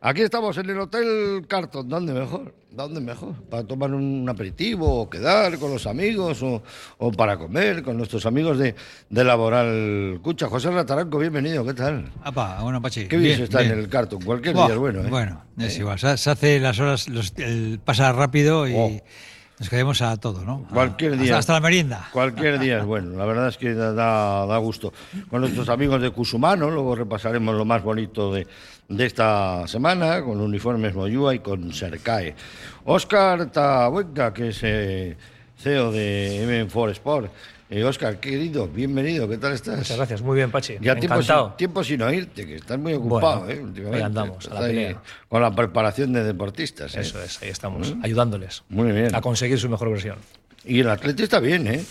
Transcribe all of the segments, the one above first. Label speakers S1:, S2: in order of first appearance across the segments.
S1: Aquí estamos en el Hotel Carton. ¿Dónde mejor? ¿Dónde mejor? Para tomar un aperitivo o quedar con los amigos o, o para comer con nuestros amigos de, de Laboral Cucha. José Rataranco, bienvenido. ¿Qué tal?
S2: Apa, bueno, Pachi.
S1: Qué bien, se está en el Carton. Cualquier día es bueno, ¿eh?
S2: Bueno, es igual. Se, se hace las horas, los- el- pasa rápido y
S1: Oh.
S2: nos quedemos a todo, ¿no? A-
S1: Cualquier
S2: hasta-
S1: día.
S2: Hasta, la merienda.
S1: Cualquier día es bueno, la verdad es que da, da- da gusto. Con nuestros amigos de Cusumano, luego repasaremos lo más bonito de, de esta semana, con uniformes Moyúa y con Sercae. Óscar Tabuenca, que es eh, CEO de M4 Sport. Oscar, querido, bienvenido, ¿qué tal estás?
S3: Muchas gracias, muy bien, Pachi.
S1: Ya tiempo
S3: Encantado.
S1: sin, tiempo sin oírte, que estás muy ocupado,
S3: Bueno,
S1: ¿eh? Últimamente.
S3: ahí andamos, a la
S1: Estás ahí
S3: pelea.
S1: con la preparación de deportistas. ¿eh?
S3: Eso es, ahí estamos, ayudándoles
S1: Muy bien.
S3: a conseguir su mejor versión.
S1: Y el atleta está bien, ¿eh?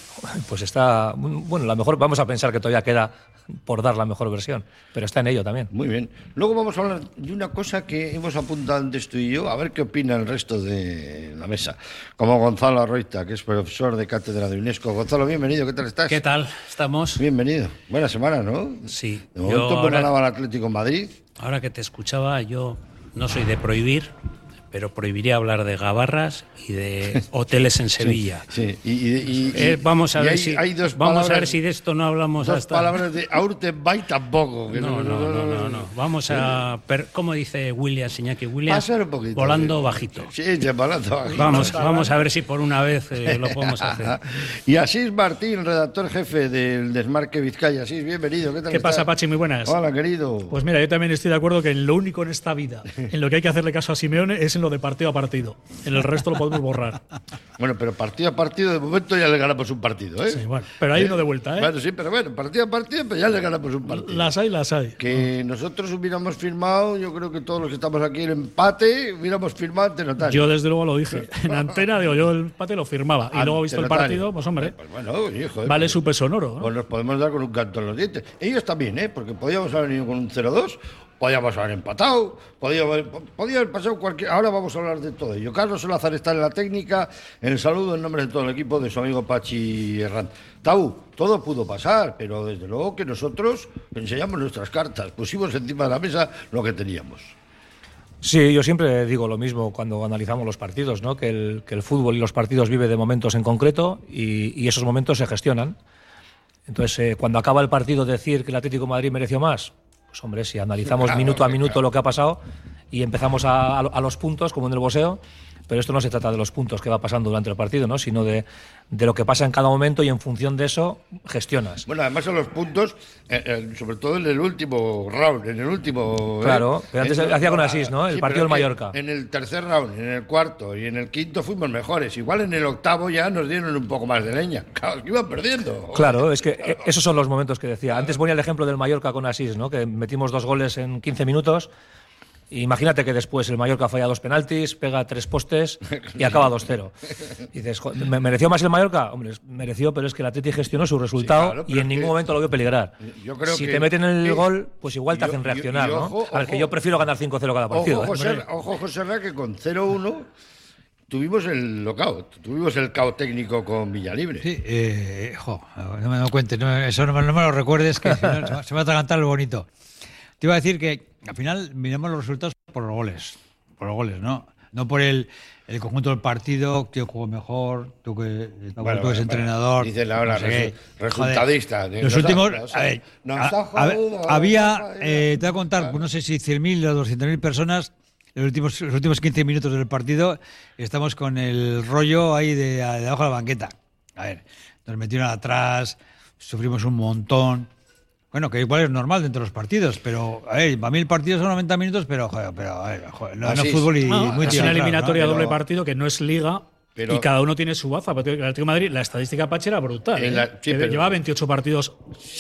S3: Pues está, bueno, la mejor, vamos a pensar que todavía queda por dar la mejor versión, pero está en ello también.
S1: Muy bien. Luego vamos a hablar de una cosa que hemos apuntado antes tú y yo, a ver qué opina el resto de la mesa. Como Gonzalo Arroita, que es profesor de cátedra de UNESCO. Gonzalo, bienvenido, ¿qué tal estás?
S4: ¿Qué tal? Estamos.
S1: Bienvenido. Buena semana, ¿no?
S4: Sí.
S1: De
S4: Yo
S1: momento pues,
S4: ahora-
S1: ganaba el Atlético en Madrid.
S4: Ahora que te escuchaba, yo no soy de prohibir, pero prohibiría hablar de gabarras y de hoteles en Sevilla.
S1: Sí. Y, y- y- y-
S4: Eh, vamos a
S1: y
S4: ver
S1: hay-
S4: si
S1: hay dos
S4: vamos
S1: palabras-
S4: a ver si de esto no hablamos
S1: dos
S4: hasta
S1: palabras de Aurtenbay tampoco. que
S4: no, no, no, no, no, no. Vamos a per- como dice William Iñaki William,
S1: Pasar un poquito.
S4: volando
S1: sí.
S4: bajito.
S1: Sí, sí, volando bajito.
S4: Vamos, vamos a ver si por una vez eh, lo podemos hacer.
S1: Y Asís Martín, redactor jefe del Desmarque Vizcaya. Asís, bienvenido. ¿Qué, tal
S5: ¿Qué pasa,
S1: estás?
S5: Pachi? Muy buenas.
S1: Hola, querido.
S5: Pues mira, yo también estoy de acuerdo que en lo único en esta vida, en lo que hay que hacerle caso a Simeone, es en lo de partido a partido. En el resto lo podemos borrar.
S1: Bueno, pero partido a partido, de momento ya le ganamos un partido, ¿eh?
S5: Sí, bueno, pero hay uno de vuelta, ¿eh?
S1: Bueno, sí, pero bueno, partido a partido, pero ya le ganamos un partido.
S5: Las hay, las hay.
S1: Que nosotros hubiéramos firmado, yo creo que todos los que estamos aquí el empate, hubiéramos firmado ante notario.
S5: Yo desde luego lo dije. En antena, digo, yo el empate lo firmaba.
S1: Ah,
S5: Y luego visto el
S1: Antenotario.
S5: partido, pues hombre,
S1: Pues bueno, hijo. eh,
S5: vale
S1: pues-
S5: su peso en oro. ¿no?
S1: Pues nos podemos dar con un canto en los dientes. Ellos también, ¿eh? Porque podíamos haber venido con un 0-2, podíamos haber empatado, podíamos haber, podía haber pasado cualquier. Ahora vamos a hablar de todo ello. Carlos Solazar está en la técnica. El saludo en nombre de todo el equipo de su amigo Pachi Herrán. Tau, todo pudo pasar, pero desde luego que nosotros enseñamos nuestras cartas, pusimos encima de la mesa lo que teníamos.
S3: Sí, yo siempre digo lo mismo cuando analizamos los partidos, ¿no? que, el, que el fútbol y los partidos vive de momentos en concreto y, y esos momentos se gestionan. Entonces, eh, cuando acaba el partido decir que el Atlético de Madrid mereció más, pues hombre, si analizamos
S1: Claro,
S3: minuto a
S1: sí,
S3: minuto
S1: claro.
S3: lo que ha pasado y empezamos a, a lo- a los puntos, como en el boxeo, pero esto no se trata de los puntos que va pasando durante el partido, ¿no? sino de, de lo que pasa en cada momento y en función de eso gestionas.
S1: Bueno, además en los puntos, eh, eh, sobre todo en el último round, en el último. ¿eh?
S3: Claro, pero antes
S1: En-
S3: hacía con Asís, ¿no? El partido
S1: pero
S3: del
S1: es que
S3: Mallorca.
S1: En el tercer round, en el cuarto y en el quinto fuimos mejores. Igual en el octavo ya nos dieron un poco más de leña. Claro, es que iban perdiendo.
S3: Claro, es que eh, esos son los momentos que decía. Antes ponía el ejemplo del Mallorca con Asís, ¿no? que metimos dos goles en 15 minutos. Imagínate que después el Mallorca falla dos penaltis, pega tres postes y acaba 2-0. Y Dices, "Jo, ¿me- ¿mereció más el Mallorca? Hombre, es- mereció, pero es que el Atleti gestionó su resultado
S1: claro, pero
S3: y en
S1: es
S3: ningún
S1: que-
S3: momento lo vio peligrar.
S1: Yo creo
S3: si
S1: que-
S3: te meten el
S1: eh,
S3: gol, pues igual te
S1: y-
S3: hacen
S1: y-
S3: reaccionar,
S1: y ojo,
S3: ¿no? A ver, que
S1: ojo.
S3: yo prefiero ganar 5-0 cada partido.
S1: Ojo,
S3: ¿eh?
S1: José,
S3: Homra,
S1: ojo, José Ra, que con 0-1 tuvimos el lockout. Tuvimos el caos técnico con Villalibre.
S2: Sí, eh, jo, no me lo cuentes, no, me- eso no, me- no me lo recuerdes, que si no, se va- se va a atragantar lo bonito. Te iba a decir que al final miramos los resultados por los goles, por los goles, ¿no? No por el, el conjunto del partido, que jugó mejor, tú que, tú
S1: Bueno,
S2: que eres
S1: bueno,
S2: entrenador.
S1: dicen ahora
S2: no sé
S1: resu-
S2: qué.
S1: resultadista,
S2: Joder,
S1: eh,
S2: los
S1: nos ha-
S2: últimos.
S1: nos
S2: a
S1: ha-
S2: ver,
S1: nos
S2: a-
S1: ha
S2: a ver,
S1: jodido, nos ha
S2: había,
S1: jodido.
S2: eh, te voy a contar, pues no sé si 100.000 o 200.000 personas. Los últimos, los últimos 15 minutos del partido estamos con el rollo ahí de, de abajo de la banqueta. A ver, nos metieron atrás, sufrimos un montón. Bueno, que igual es normal dentro de los partidos, pero a ver, para mí el partido son 90 minutos, pero joder, pero a ver, joder, no, no
S1: Así es.
S2: fútbol y
S5: No,
S2: muy
S5: Ah, es
S2: tirado
S5: una
S2: atrás, ¿no?
S5: eliminatoria
S1: Pero-
S5: doble partido que no es liga.
S1: Pero-
S5: y cada uno tiene su baza. Pero el Atlético de Madrid, la estadística Pache era brutal.
S1: En
S5: ¿eh?
S1: la- sí,
S5: Que
S1: pero-
S5: Llevaba 28 partidos.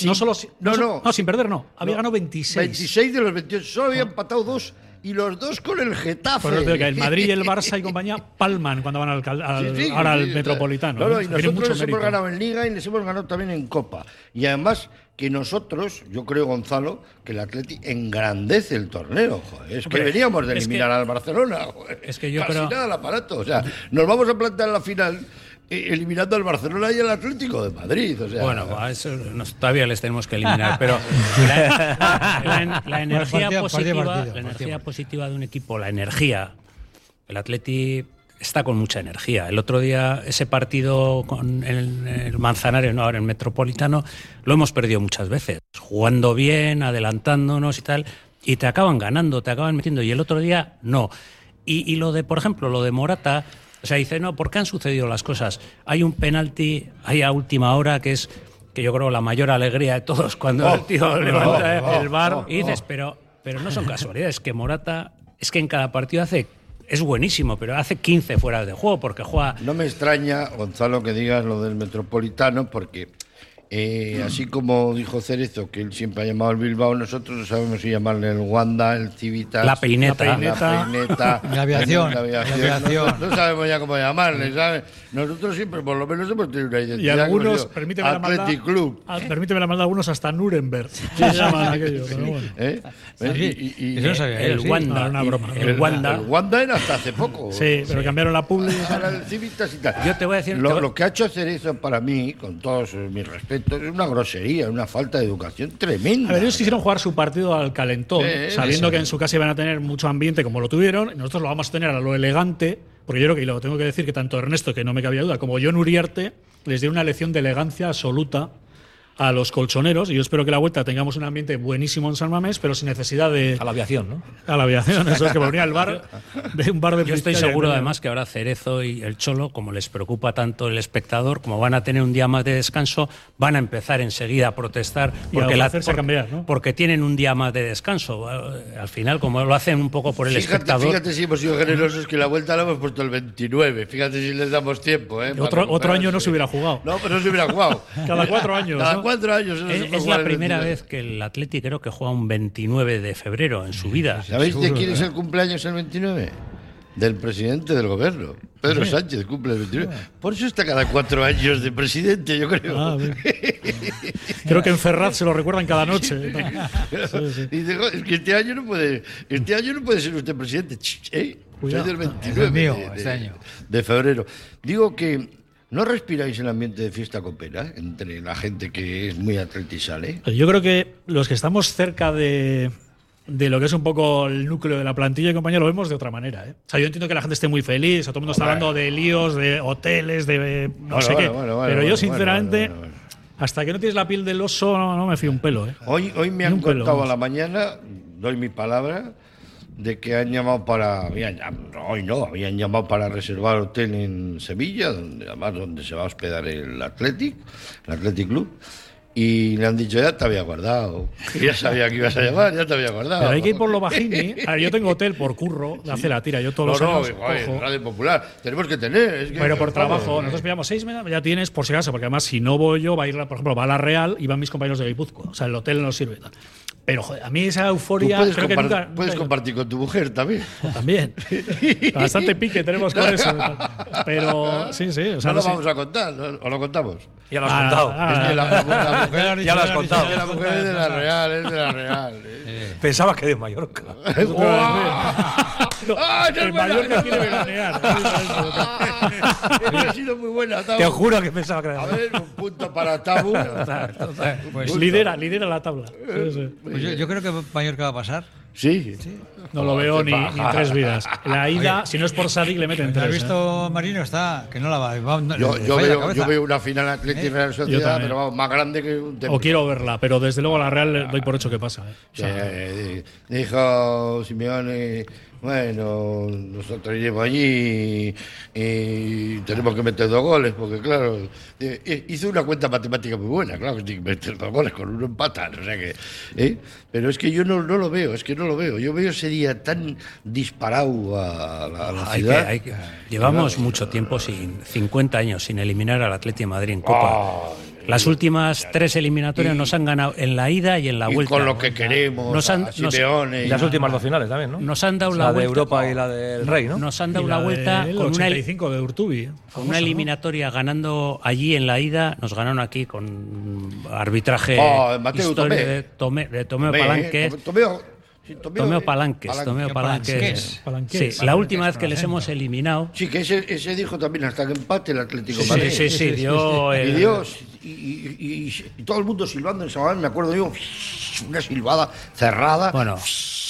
S5: No solo. si-
S1: No,
S5: so-
S1: no.
S5: sin perder, no. Había
S1: No.
S5: ganado 26.
S1: 26 de los 28, solo había empatado dos y los dos con el Getafe.
S5: Por eso te digo que el Madrid y el Barça y compañía palman cuando van al, cal- al-
S1: Sí, sí,
S5: ahora
S1: sí,
S5: al
S1: sí,
S5: Metropolitano.
S1: No, no,
S5: ¿eh?
S1: y
S5: Tiene mucho
S1: nosotros les hemos
S5: mérito.
S1: ganado en Liga y les hemos ganado también en Copa. Y además que nosotros, yo creo, Gonzalo, que el Atleti engrandece el torneo. joder. Es que
S4: Hombre,
S1: veníamos de
S4: es que-
S1: eliminar al Barcelona. joder.
S4: es que yo
S1: Casi
S4: creo-
S1: nada el aparato. O sea, nos vamos a plantar en la final. eh, eliminando al Barcelona y al Atlético de Madrid. O sea,
S4: Bueno, a eso nos- todavía les tenemos que eliminar, pero la, la en- la energía,
S2: partido, partido,
S4: positiva,
S2: partido,
S4: la energía
S2: partido.
S4: positiva de un equipo, la energía. El Atleti está con mucha energía. El otro día, ese partido con el, el Manzanares, no ahora el Metropolitano, lo hemos perdido muchas veces. Jugando bien, adelantándonos y tal, y te acaban ganando, te acaban metiendo, y el otro día no. Y, y lo de, por ejemplo, lo de Morata, o sea, dice, no, ¿por qué han sucedido las cosas? Hay un penalti, hay a última hora que es que yo creo la mayor alegría de todos cuando
S1: Oh,
S4: el tío
S1: oh,
S4: levanta
S1: oh,
S4: el bar
S1: oh,
S4: y dices,
S1: oh.
S4: pero, pero no son casualidades, que Morata es que en cada partido hace, es buenísimo, pero hace 15 fuera de juego porque juega...
S1: No me extraña, Gonzalo, que digas lo del Metropolitano, porque eh, así como dijo Cerezo, que él siempre ha llamado el Bilbao, nosotros no sabemos si llamarle el Wanda, el Civitas...
S4: La peineta.
S1: La peineta.
S2: La aviación,
S1: La aviación.
S2: la aviación.
S1: No, no sabemos ya cómo llamarle, ¿sabes? Nosotros siempre, por lo menos, hemos tenido una
S5: Y
S1: identidad. como
S5: algunos,
S1: yo,
S5: permíteme la maldad,
S1: Athletic Club.
S5: ah, permíteme la maldad, algunos hasta Nuremberg. Se llaman aquello, pero bueno.
S1: ¿eh? ¿Ves?
S2: Sí,
S1: Y- y- y-
S2: eso no sabía yo,
S4: el
S2: sí.
S4: Wanda,
S5: No, una broma.
S4: el Wanda,
S1: el Wanda era hasta hace poco.
S5: Sí, pero cambiaron la pública.
S1: Ahora el Civitas y tal.
S4: Yo te voy a decir- te
S1: Lo,
S4: voy-
S1: lo que ha hecho Cerezo para mí, con todos mis respetos, es una grosería, una falta de educación tremenda.
S5: A ver, ellos quisieron jugar su partido al calentón,
S1: Sí,
S5: sabiendo
S1: sí.
S5: que en su casa iban a tener mucho ambiente como lo tuvieron, y nosotros lo vamos a tener a lo elegante, porque yo creo que, y lo tengo que decir, que tanto Ernesto, que no me cabía duda, como John Uriarte, les dio una lección de elegancia absoluta a los colchoneros, y yo espero que la vuelta tengamos un ambiente buenísimo en San Mamés, pero sin necesidad de...
S3: A la aviación, ¿no?
S5: A la aviación, eso es que ponía el bar de un bar de
S4: Yo estoy
S5: Vizcaya,
S4: seguro
S5: ¿no?
S4: además que ahora Cerezo y el Cholo, como les preocupa tanto el espectador, como van a tener un día más de descanso, van a empezar enseguida a protestar
S5: Y a ofrecerse a
S4: porque-
S5: cambiar, ¿no?
S4: porque tienen un día más de descanso. Al final, como lo hacen un poco por el
S1: Fíjate,
S4: espectador.
S1: fíjate si hemos sido generosos que la vuelta la hemos puesto el 29. Fíjate si les damos tiempo. ¿eh?
S5: Otro-
S1: Para
S5: otro año no
S1: recuperarse.
S5: se hubiera jugado.
S1: No, pero no se hubiera jugado.
S5: Cada cuatro años,
S1: Cada
S5: ¿no?
S1: cuatro años. no se
S4: Es,
S1: puede
S4: es
S1: jugar
S4: la
S1: el
S4: primera
S1: 29.
S4: vez que el Atleti creo que juega un 29 de febrero en su vida.
S1: ¿Sabéis de quién es el cumpleaños el 29? Del presidente del gobierno. Pedro Sánchez cumple el 29. Por eso está cada cuatro años de presidente, yo creo.
S5: Ah, bien. Creo que en Ferraz se lo recuerdan cada noche. ¿no?
S1: Y dice, "Jo, es que este año no puede, este año no puede ser usted presidente. Ch, ¿eh?
S5: Cuidado.
S1: Soy del
S2: Es
S1: 29
S2: el mío,
S1: de, de-
S2: este año.
S1: de febrero. Digo que no respiráis el ambiente de fiesta copera entre la gente que es muy atleta y sale.
S5: Yo creo que los que estamos cerca de, de lo que es un poco el núcleo de la plantilla y compañía lo vemos de otra manera. ¿eh? O sea, yo entiendo que la gente esté muy feliz, o sea, todo el mundo está hablando de líos, de hoteles, de no
S1: Bueno,
S5: sé
S1: bueno,
S5: qué.
S1: bueno, bueno,
S5: pero
S1: bueno,
S5: yo, sinceramente,
S1: bueno, bueno, bueno.
S5: hasta que no tienes la piel del oso, no, no me fío un pelo. ¿eh?
S1: Hoy, hoy me
S5: Ni
S1: han
S5: un pelo,
S1: contado a
S5: vamos.
S1: la mañana, doy mi palabra, de que han llamado para. habían llam- no, hoy no, habían llamado para reservar hotel en Sevilla, donde, además donde se va a hospedar el Athletic, el Athletic Club. Y le han dicho, ya te había guardado. Ya sabía que ibas a llamar, ya te había guardado.
S5: Pero hay que ir por lo bajín. ¿eh? A ver, yo tengo hotel por curro, hace la tira. Yo
S1: No,
S5: todos
S1: no,
S5: los años.
S1: joder,
S5: cojo.
S1: Radio Popular. Tenemos que tener. es que-
S5: Pero
S1: vamos,
S5: por trabajo, nosotros pillamos seis, mira, ya tienes por si acaso, porque además si no voy yo, va a ir, la- por ejemplo, va a la Real y van mis compañeros de Guipúzcoa. O sea, el hotel no sirve. tal. Pero joder, a mí esa
S1: Tú
S5: euforia
S1: puedes,
S5: creo que
S1: compar-
S5: nunca, nunca
S1: puedes
S5: he-
S1: compartir con tu mujer también.
S5: También. Bastante pique tenemos con eso. tal. Pero sí, sí. O sea,
S1: no lo
S5: sé.
S1: vamos a contar, ¿no? o lo contamos.
S3: Ya lo has
S5: Ah,
S3: contado.
S5: ah,
S1: Es que la- la- la mujer-
S3: Ya lo has contado.
S1: La mujer es de la Real, es de la Real. ¿eh?
S3: Pensaba que de Mallorca.
S1: ¡Guau! ¡Ah, ya es
S5: el
S1: buena!
S5: Mallorca quiere veranear.
S1: Esa ha sido muy buena, Tabu.
S3: Te juro que pensaba que
S1: A
S3: era de
S1: ver, un punto para Tabu.
S2: Pues,
S5: lidera, lidera la tabla. Sí, sí.
S2: pues yo, yo creo que Mallorca va a pasar.
S1: Sí.
S5: No lo veo ni, ni en tres vidas. La ida,
S2: Oye.
S5: si no es por Sadik, le meten
S2: ¿Lo has
S5: tres. ¿eh?
S2: visto, Marino? Está, que no la va. va- no-
S1: Yo,
S2: le
S1: yo
S2: falla la
S1: veo,
S2: cabeza.
S1: yo veo una final Atlético y Real
S5: Eh. Yo
S1: Sociedad,
S5: también.
S1: pero vamos, más grande que un templo.
S5: O quiero verla, pero desde luego la Real le doy por hecho que pasa. ¿eh? O sea,
S1: Eh, dijo Simeone, bueno, nosotros iremos allí y tenemos que meter dos goles, porque claro, eh, hizo una cuenta matemática muy buena, claro que tiene que meter dos goles, con uno empatan, o sea que... eh, pero es que yo no, no lo veo, es que no lo veo, yo veo ese día tan disparado a la, a la
S4: Hay que-
S1: ciudad.
S4: hay que- llevamos mucho tiempo sin 50 años sin eliminar al Atleti de Madrid en Copa. Las últimas tres eliminatorias nos han ganado en la ida y en la
S1: y
S4: vuelta.
S1: con lo que queremos,
S4: Nos han-
S1: a
S4: nos-
S1: Simeone.
S3: Las últimas dos finales también, ¿no?
S4: Nos han dado
S3: la,
S4: la
S3: de
S4: vuelta.
S3: Europa y la del Rey, ¿no?
S4: Nos han dado
S5: y
S4: la
S5: la
S4: vuelta
S5: del
S4: con una,
S5: 85 de Urtubi. ¿eh?
S4: con una eliminatoria ganando allí en la ida, nos ganaron aquí con arbitraje
S1: Oh, Mateu
S4: histórico
S1: Tomé.
S4: de Tomé, de Tomeo
S1: Tomé,
S4: Palanque.
S1: eh, Tomeo- Sí,
S4: Tomeo Palanques. Tomeo
S2: Palanques.
S4: Palanques. Sí,
S5: Palanques.
S4: la última vez que les hemos eliminado.
S1: Sí, que ese, ese dijo también hasta que empate el Atlético de
S4: Sí,
S1: Madrid.
S4: sí, sí, dio
S1: Y
S4: el-
S1: Dios, y, y- y- y todo el mundo silbando en Sabadell, me acuerdo yo, una silbada cerrada.
S4: Bueno,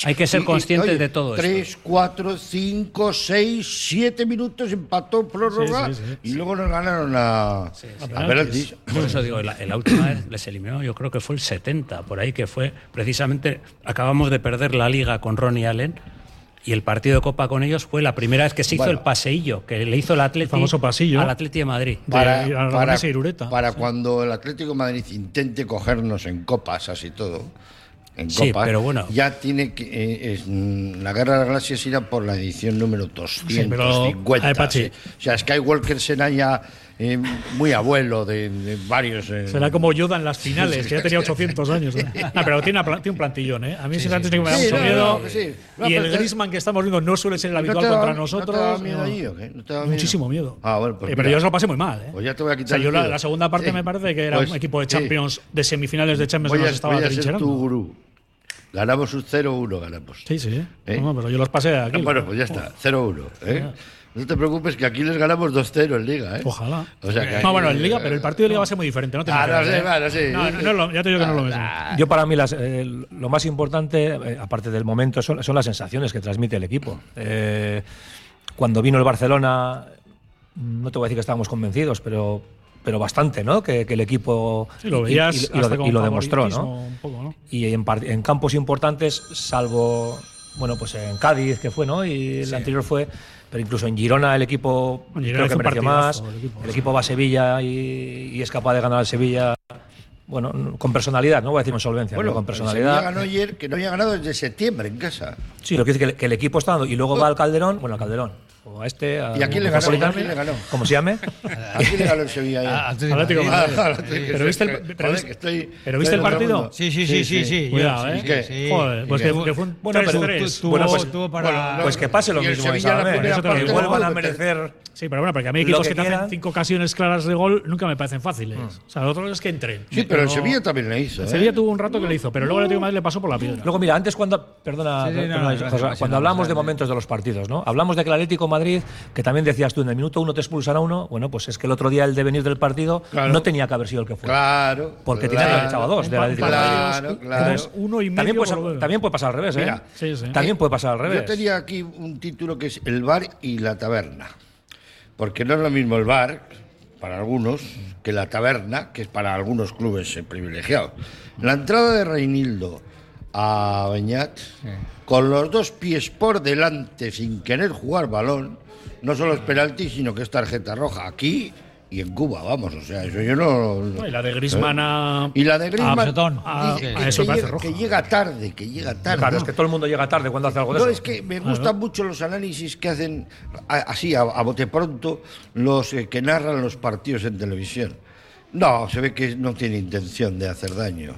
S4: hay que
S1: Y-
S4: ser
S1: y,
S4: conscientes
S1: oye,
S4: de todo
S1: Tres,
S4: esto.
S1: cuatro, cinco, seis, siete minutos, empató prórroga
S5: Sí, sí, sí.
S1: y luego nos ganaron a, a penaltis.
S4: Por eso digo, la, la última vez les eliminó, yo creo que fue el 70, por ahí que fue precisamente, acabamos de perder la liga con Ronnie Allen y el partido de Copa con ellos fue la primera vez que se hizo
S1: Bueno.
S4: el paseillo, que le hizo el Atleti
S5: famoso pasillo.
S4: al Atleti de Madrid.
S5: De Aragonés e Irureta.
S1: para cuando el Atlético de Madrid intente cogernos en copas, así todo. En
S4: Sí,
S1: copas,
S4: pero bueno.
S1: Ya tiene que. eh, es, mm, la Guerra de las Galaxias irá por la edición número 250.
S5: Sí, pero, ay, Pachi.
S1: sí. O sea, Skywalker será ya eh, muy abuelo de, de varios. eh,
S5: Será como Yoda en las finales, que ya tenía 800 años. ¿eh? Ah, pero tiene, una pla- tiene un plantillón, ¿eh? A mí sí, antes que me da
S1: sí.
S5: mucho
S1: Sí, no,
S5: miedo.
S1: no, sí. No,
S5: y el
S1: pero te-
S5: Griezmann que estamos viendo no suele ser el
S1: ¿No te
S5: habitual
S1: daba-
S5: contra
S1: ¿No te
S5: nosotros.
S1: daba miedo
S5: no.
S1: ahí o qué? ¿No te daba miedo?
S5: Muchísimo miedo.
S1: Ah, bueno, pues
S5: Eh, pero
S1: mira.
S5: yo se lo pasé muy mal, ¿eh?
S1: Pues ya te voy a quitar
S5: O sea, yo
S1: el
S5: la,
S1: miedo.
S5: la segunda parte
S1: Sí.
S5: me parece que era
S1: Pues,
S5: un equipo de
S1: sí.
S5: Champions, de semifinales de Champions
S1: Voy
S5: que
S1: a,
S5: nos estaba
S1: voy a ser tu
S5: trincherando.
S1: gurú. Ganamos un 0-1, ganamos.
S5: Sí, sí.
S1: ¿Eh?
S5: No, pero yo los pasé aquí.
S1: Ah, bueno, pues ya está, 0-1. ¿eh? No te preocupes que aquí les ganamos 2-0 en Liga. ¿eh?
S5: Ojalá.
S1: O sea que
S5: no,
S1: aquí-
S5: bueno, en Liga, pero el partido de Liga va a ser muy diferente. No te
S1: Ah, no
S5: imaginas,
S1: sé,
S5: ¿eh?
S1: bueno, sí. Ah,
S5: No, no, no es lo- ya te digo que no es lo mismo.
S3: Yo para mí las, eh, lo más importante, eh, aparte del momento, son, son las sensaciones que transmite el equipo. Eh, cuando vino el Barcelona, no te voy a decir que estábamos convencidos, pero, pero bastante, ¿no? Que, que el equipo
S5: Sí, lo veías
S3: y- y- y
S5: hasta
S3: lo,
S5: con
S3: y lo demostró,
S5: favoritismo
S3: ¿no?
S5: un poco, ¿no?
S3: Y en, par- en campos importantes, salvo, bueno, pues en Cádiz, que fue, ¿no? Y el anterior fue, pero incluso en Girona el equipo
S5: En Girona
S3: creo
S5: hizo
S3: que
S5: un
S3: mereció más.
S5: partidazo el equipo,
S3: el
S5: sí.
S3: equipo va a Sevilla y, y es capaz de ganar al Sevilla, bueno, con personalidad, no voy a decir con solvencia,
S1: Bueno,
S3: pero con
S1: Sevilla
S3: personalidad.
S1: ganó ayer, que no había ganado desde septiembre en casa.
S3: Sí, lo que dice que, el- que el equipo está dando. Y luego va al Calderón, bueno, al Calderón, o a este. A,
S1: ¿Y a quién le
S3: al
S1: ganó?
S3: Metropolitano,
S1: ¿A quién le ganó?
S3: ¿Cómo se llame?
S1: Aquí le ganó el Sevilla
S2: Ah, Atlético
S1: ayer.
S2: de
S5: Atlético
S2: Madrid.
S5: de Madrid.
S1: Joder,
S5: Pero viste el-
S1: que
S5: pero viste-
S1: estoy-
S5: pero
S1: estoy
S5: viste el
S1: en otro
S5: partido.
S1: mundo.
S2: Sí, sí, sí, sí, sí.
S5: Cuidado,
S2: yo-
S5: ¿eh?
S2: sí,
S1: ¿Y qué?
S2: sí.
S5: Joder, pues
S1: Sí,
S5: que,
S1: que-
S5: que fue un
S3: Bueno, pero
S5: 3-3.
S2: Tuvo,
S3: Bueno, pues-
S2: tuvo
S1: bueno,
S2: para.
S1: no,
S3: Pues que pase lo
S1: Y el
S3: mismo en
S1: Sevilla la
S3: Sadamés,
S1: primera
S3: eso te
S1: parte
S3: digo,
S1: no
S3: que vuelvan
S1: pudo
S3: a
S1: meter.
S3: merecer.
S5: Sí, pero bueno, porque a mí equipos
S3: pues, que
S5: que, te hacen
S3: quieran. Mm.
S5: cinco ocasiones claras de gol nunca me parecen fáciles. O sea, lo otro es que entren.
S1: Sí, pero el Sevilla también le hizo. ¿eh?
S5: El Sevilla tuvo un rato que le hizo, pero luego el Atlético de Madrid le pasó por la piedra.
S3: Luego, mira, antes cuando. Perdona,
S2: Sí, sí, no,
S3: perdona,
S2: no,
S3: José,
S2: gracias,
S3: cuando
S2: gracias, no,
S3: hablamos
S2: gracias.
S3: de momentos de los partidos, ¿no? Hablamos de que el Atlético de Madrid, que también decías tú, en el minuto uno te expulsan a uno. Bueno, pues es que el otro día el devenir del partido
S1: Claro.
S3: no tenía que haber sido el que fue.
S1: Claro.
S3: Porque tenía
S1: claro,
S3: que haber echado a dos del Atlético de Madrid.
S1: Claro, claro.
S5: Entonces, uno y medio.
S3: También puede,
S5: por lo
S3: ser-
S5: menos.
S3: también puede pasar al revés, ¿eh?
S1: Mira,
S5: Sí, sí.
S3: También puede pasar al revés.
S1: Yo tenía aquí un título que es El bar y la taberna. Porque no es lo mismo el bar, para algunos, que la taberna, que es para algunos clubes eh, privilegiados. La entrada de Reinildo a Beñat, con los dos pies por delante, sin querer jugar balón, no solo es penalti, sino que es tarjeta roja aquí y en Cuba, vamos. O sea, eso yo no.
S5: No, y la de Griezmann a.
S3: Eh.
S1: Y la de Griezmann,
S2: Bretón.
S5: Ah,
S1: dice
S5: ah,
S1: que,
S5: eso
S1: que
S5: parece
S1: llega,
S5: roja.
S1: que llega tarde, que llega tarde.
S3: Claro, es que todo el mundo llega tarde cuando hace algo de
S1: No,
S3: eso.
S1: es que me gustan mucho los análisis que hacen a- así, a, a bote pronto, los eh, que narran los partidos en televisión. No, se ve que no tiene intención de hacer daño.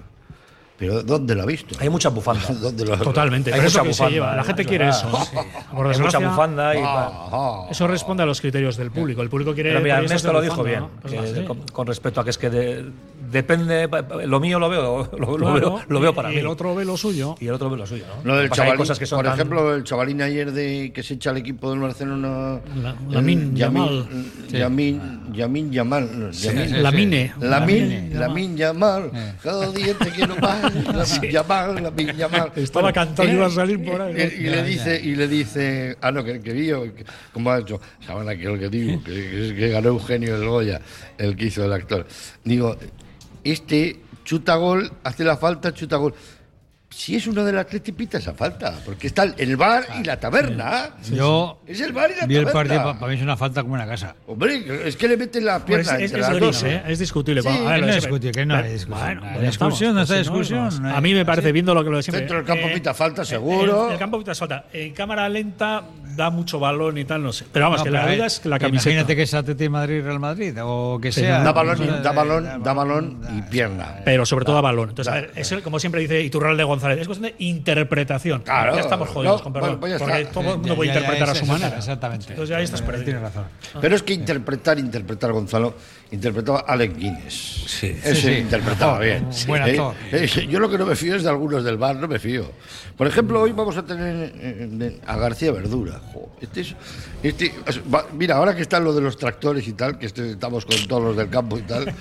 S1: Pero ¿dónde lo ha visto?
S3: Hay mucha bufanda.
S1: ¿Dónde lo ha-
S5: Totalmente.
S3: Hay
S5: Pero eso
S3: mucha
S5: que se
S3: bufanda,
S5: lleva. La
S3: es
S5: gente quiere
S3: verdad.
S5: eso.
S3: Sí.
S5: Por
S3: Hay mucha
S5: desgracia,
S3: bufanda y.
S1: Ah, ah.
S5: Eso responde a los criterios del público. El público quiere.
S3: Pero mira,
S5: periodistas
S3: Ernesto
S5: de
S3: lo dijo
S5: bufanda,
S3: bien,
S5: ¿no?
S3: que
S5: Pues, sí.
S3: con, con respecto a que es que de- depende, pa- pa- lo mío lo veo, lo, lo
S5: Claro,
S3: veo, lo veo para
S5: y
S3: mí.
S5: el otro ve lo suyo.
S3: y el otro ve lo suyo, ¿no?
S1: Lo del
S3: Lo que pasa es que hay
S1: chavalín,
S3: cosas que son
S1: por
S3: tan-
S1: ejemplo, el chavalín ayer de que se echa al equipo del Barcelona.
S5: La-
S1: el
S5: Lamine Yamal.
S1: Yamin, mm, Yamin, Yamin Yamal. no, Yamin.
S5: La mine.
S1: Lamin, Lamin Yamal,
S5: Eh.
S1: cada día te quiero más, Lamin Yamal, Lamin Yamal.
S5: Estaba cantando,
S1: y-
S5: iba a salir por ahí.
S1: Y, y le dice, y le dice, ah no, que, que vio, que- como ha hecho, saben aquel que digo, que, que es- que ganó Eugenio el Goya, el que hizo el actor. Digo, este chuta gol, hace la falta, chuta gol. Si es uno del Atleti, pita esa falta, porque está el bar y la taberna.
S2: Yo
S1: Es el bar y la
S2: vi el
S1: taberna.
S2: partido, para mí es una falta como una casa.
S1: Hombre, es que le meten la
S5: Pues
S1: pierna
S5: es, es,
S1: entre
S5: es
S1: las
S5: gris,
S1: dos.
S5: ¿eh? Es discutible.
S1: Sí,
S5: Bueno, a ver,
S2: que
S5: lo
S2: no
S5: de
S2: es
S5: siempre.
S2: discutible, que no hay discusión.
S5: Bueno,
S2: No hay
S5: pues ya estamos.
S2: discusión, no está
S5: Pues si
S2: discusión, no hay-
S5: A mí me parece, viendo lo que lo de siempre.
S1: Centro del campo
S5: eh,
S1: pita falta, seguro.
S5: El, el campo pita falta. En cámara lenta da mucho balón y tal, no sé. Pero vamos,
S2: No,
S5: que
S2: pero
S5: la
S2: a ver,
S5: duda es que la
S2: que
S5: camiseta.
S2: Imagínate que es Atleti Madrid-Real Madrid o que sea.
S1: Da balón,
S2: Vamos a ver,
S1: da balón, da balón y pierna.
S5: Pero sobre todo a balón. Entonces, a ver, es el- como siempre dice Iturralde González. Es cuestión de interpretación.
S1: Claro.
S5: ya estamos jodidos
S1: No,
S5: con perdón.
S1: bueno, pues ya
S5: porque
S1: está.
S5: todo el mundo
S2: Ya,
S5: puede
S2: ya, ya,
S5: interpretar a
S2: es-
S5: su manera.
S2: Exactamente. Eh,
S5: Entonces ya ahí estás perdido.
S2: Tienes razón.
S1: Pero es que interpretar, interpretar, Gonzalo, interpretaba Alec Guinness.
S4: Sí.
S1: Ese interpretaba bien.
S2: Oh, un buen actor.
S1: Eh, eh, yo lo que no me fío es de algunos del bar, no me fío. Por ejemplo, hoy vamos a tener eh, eh, a García Verdura. Jo, este es- este- va- mira, ahora que están lo de los tractores y tal, que este- estamos con todos los del campo y tal,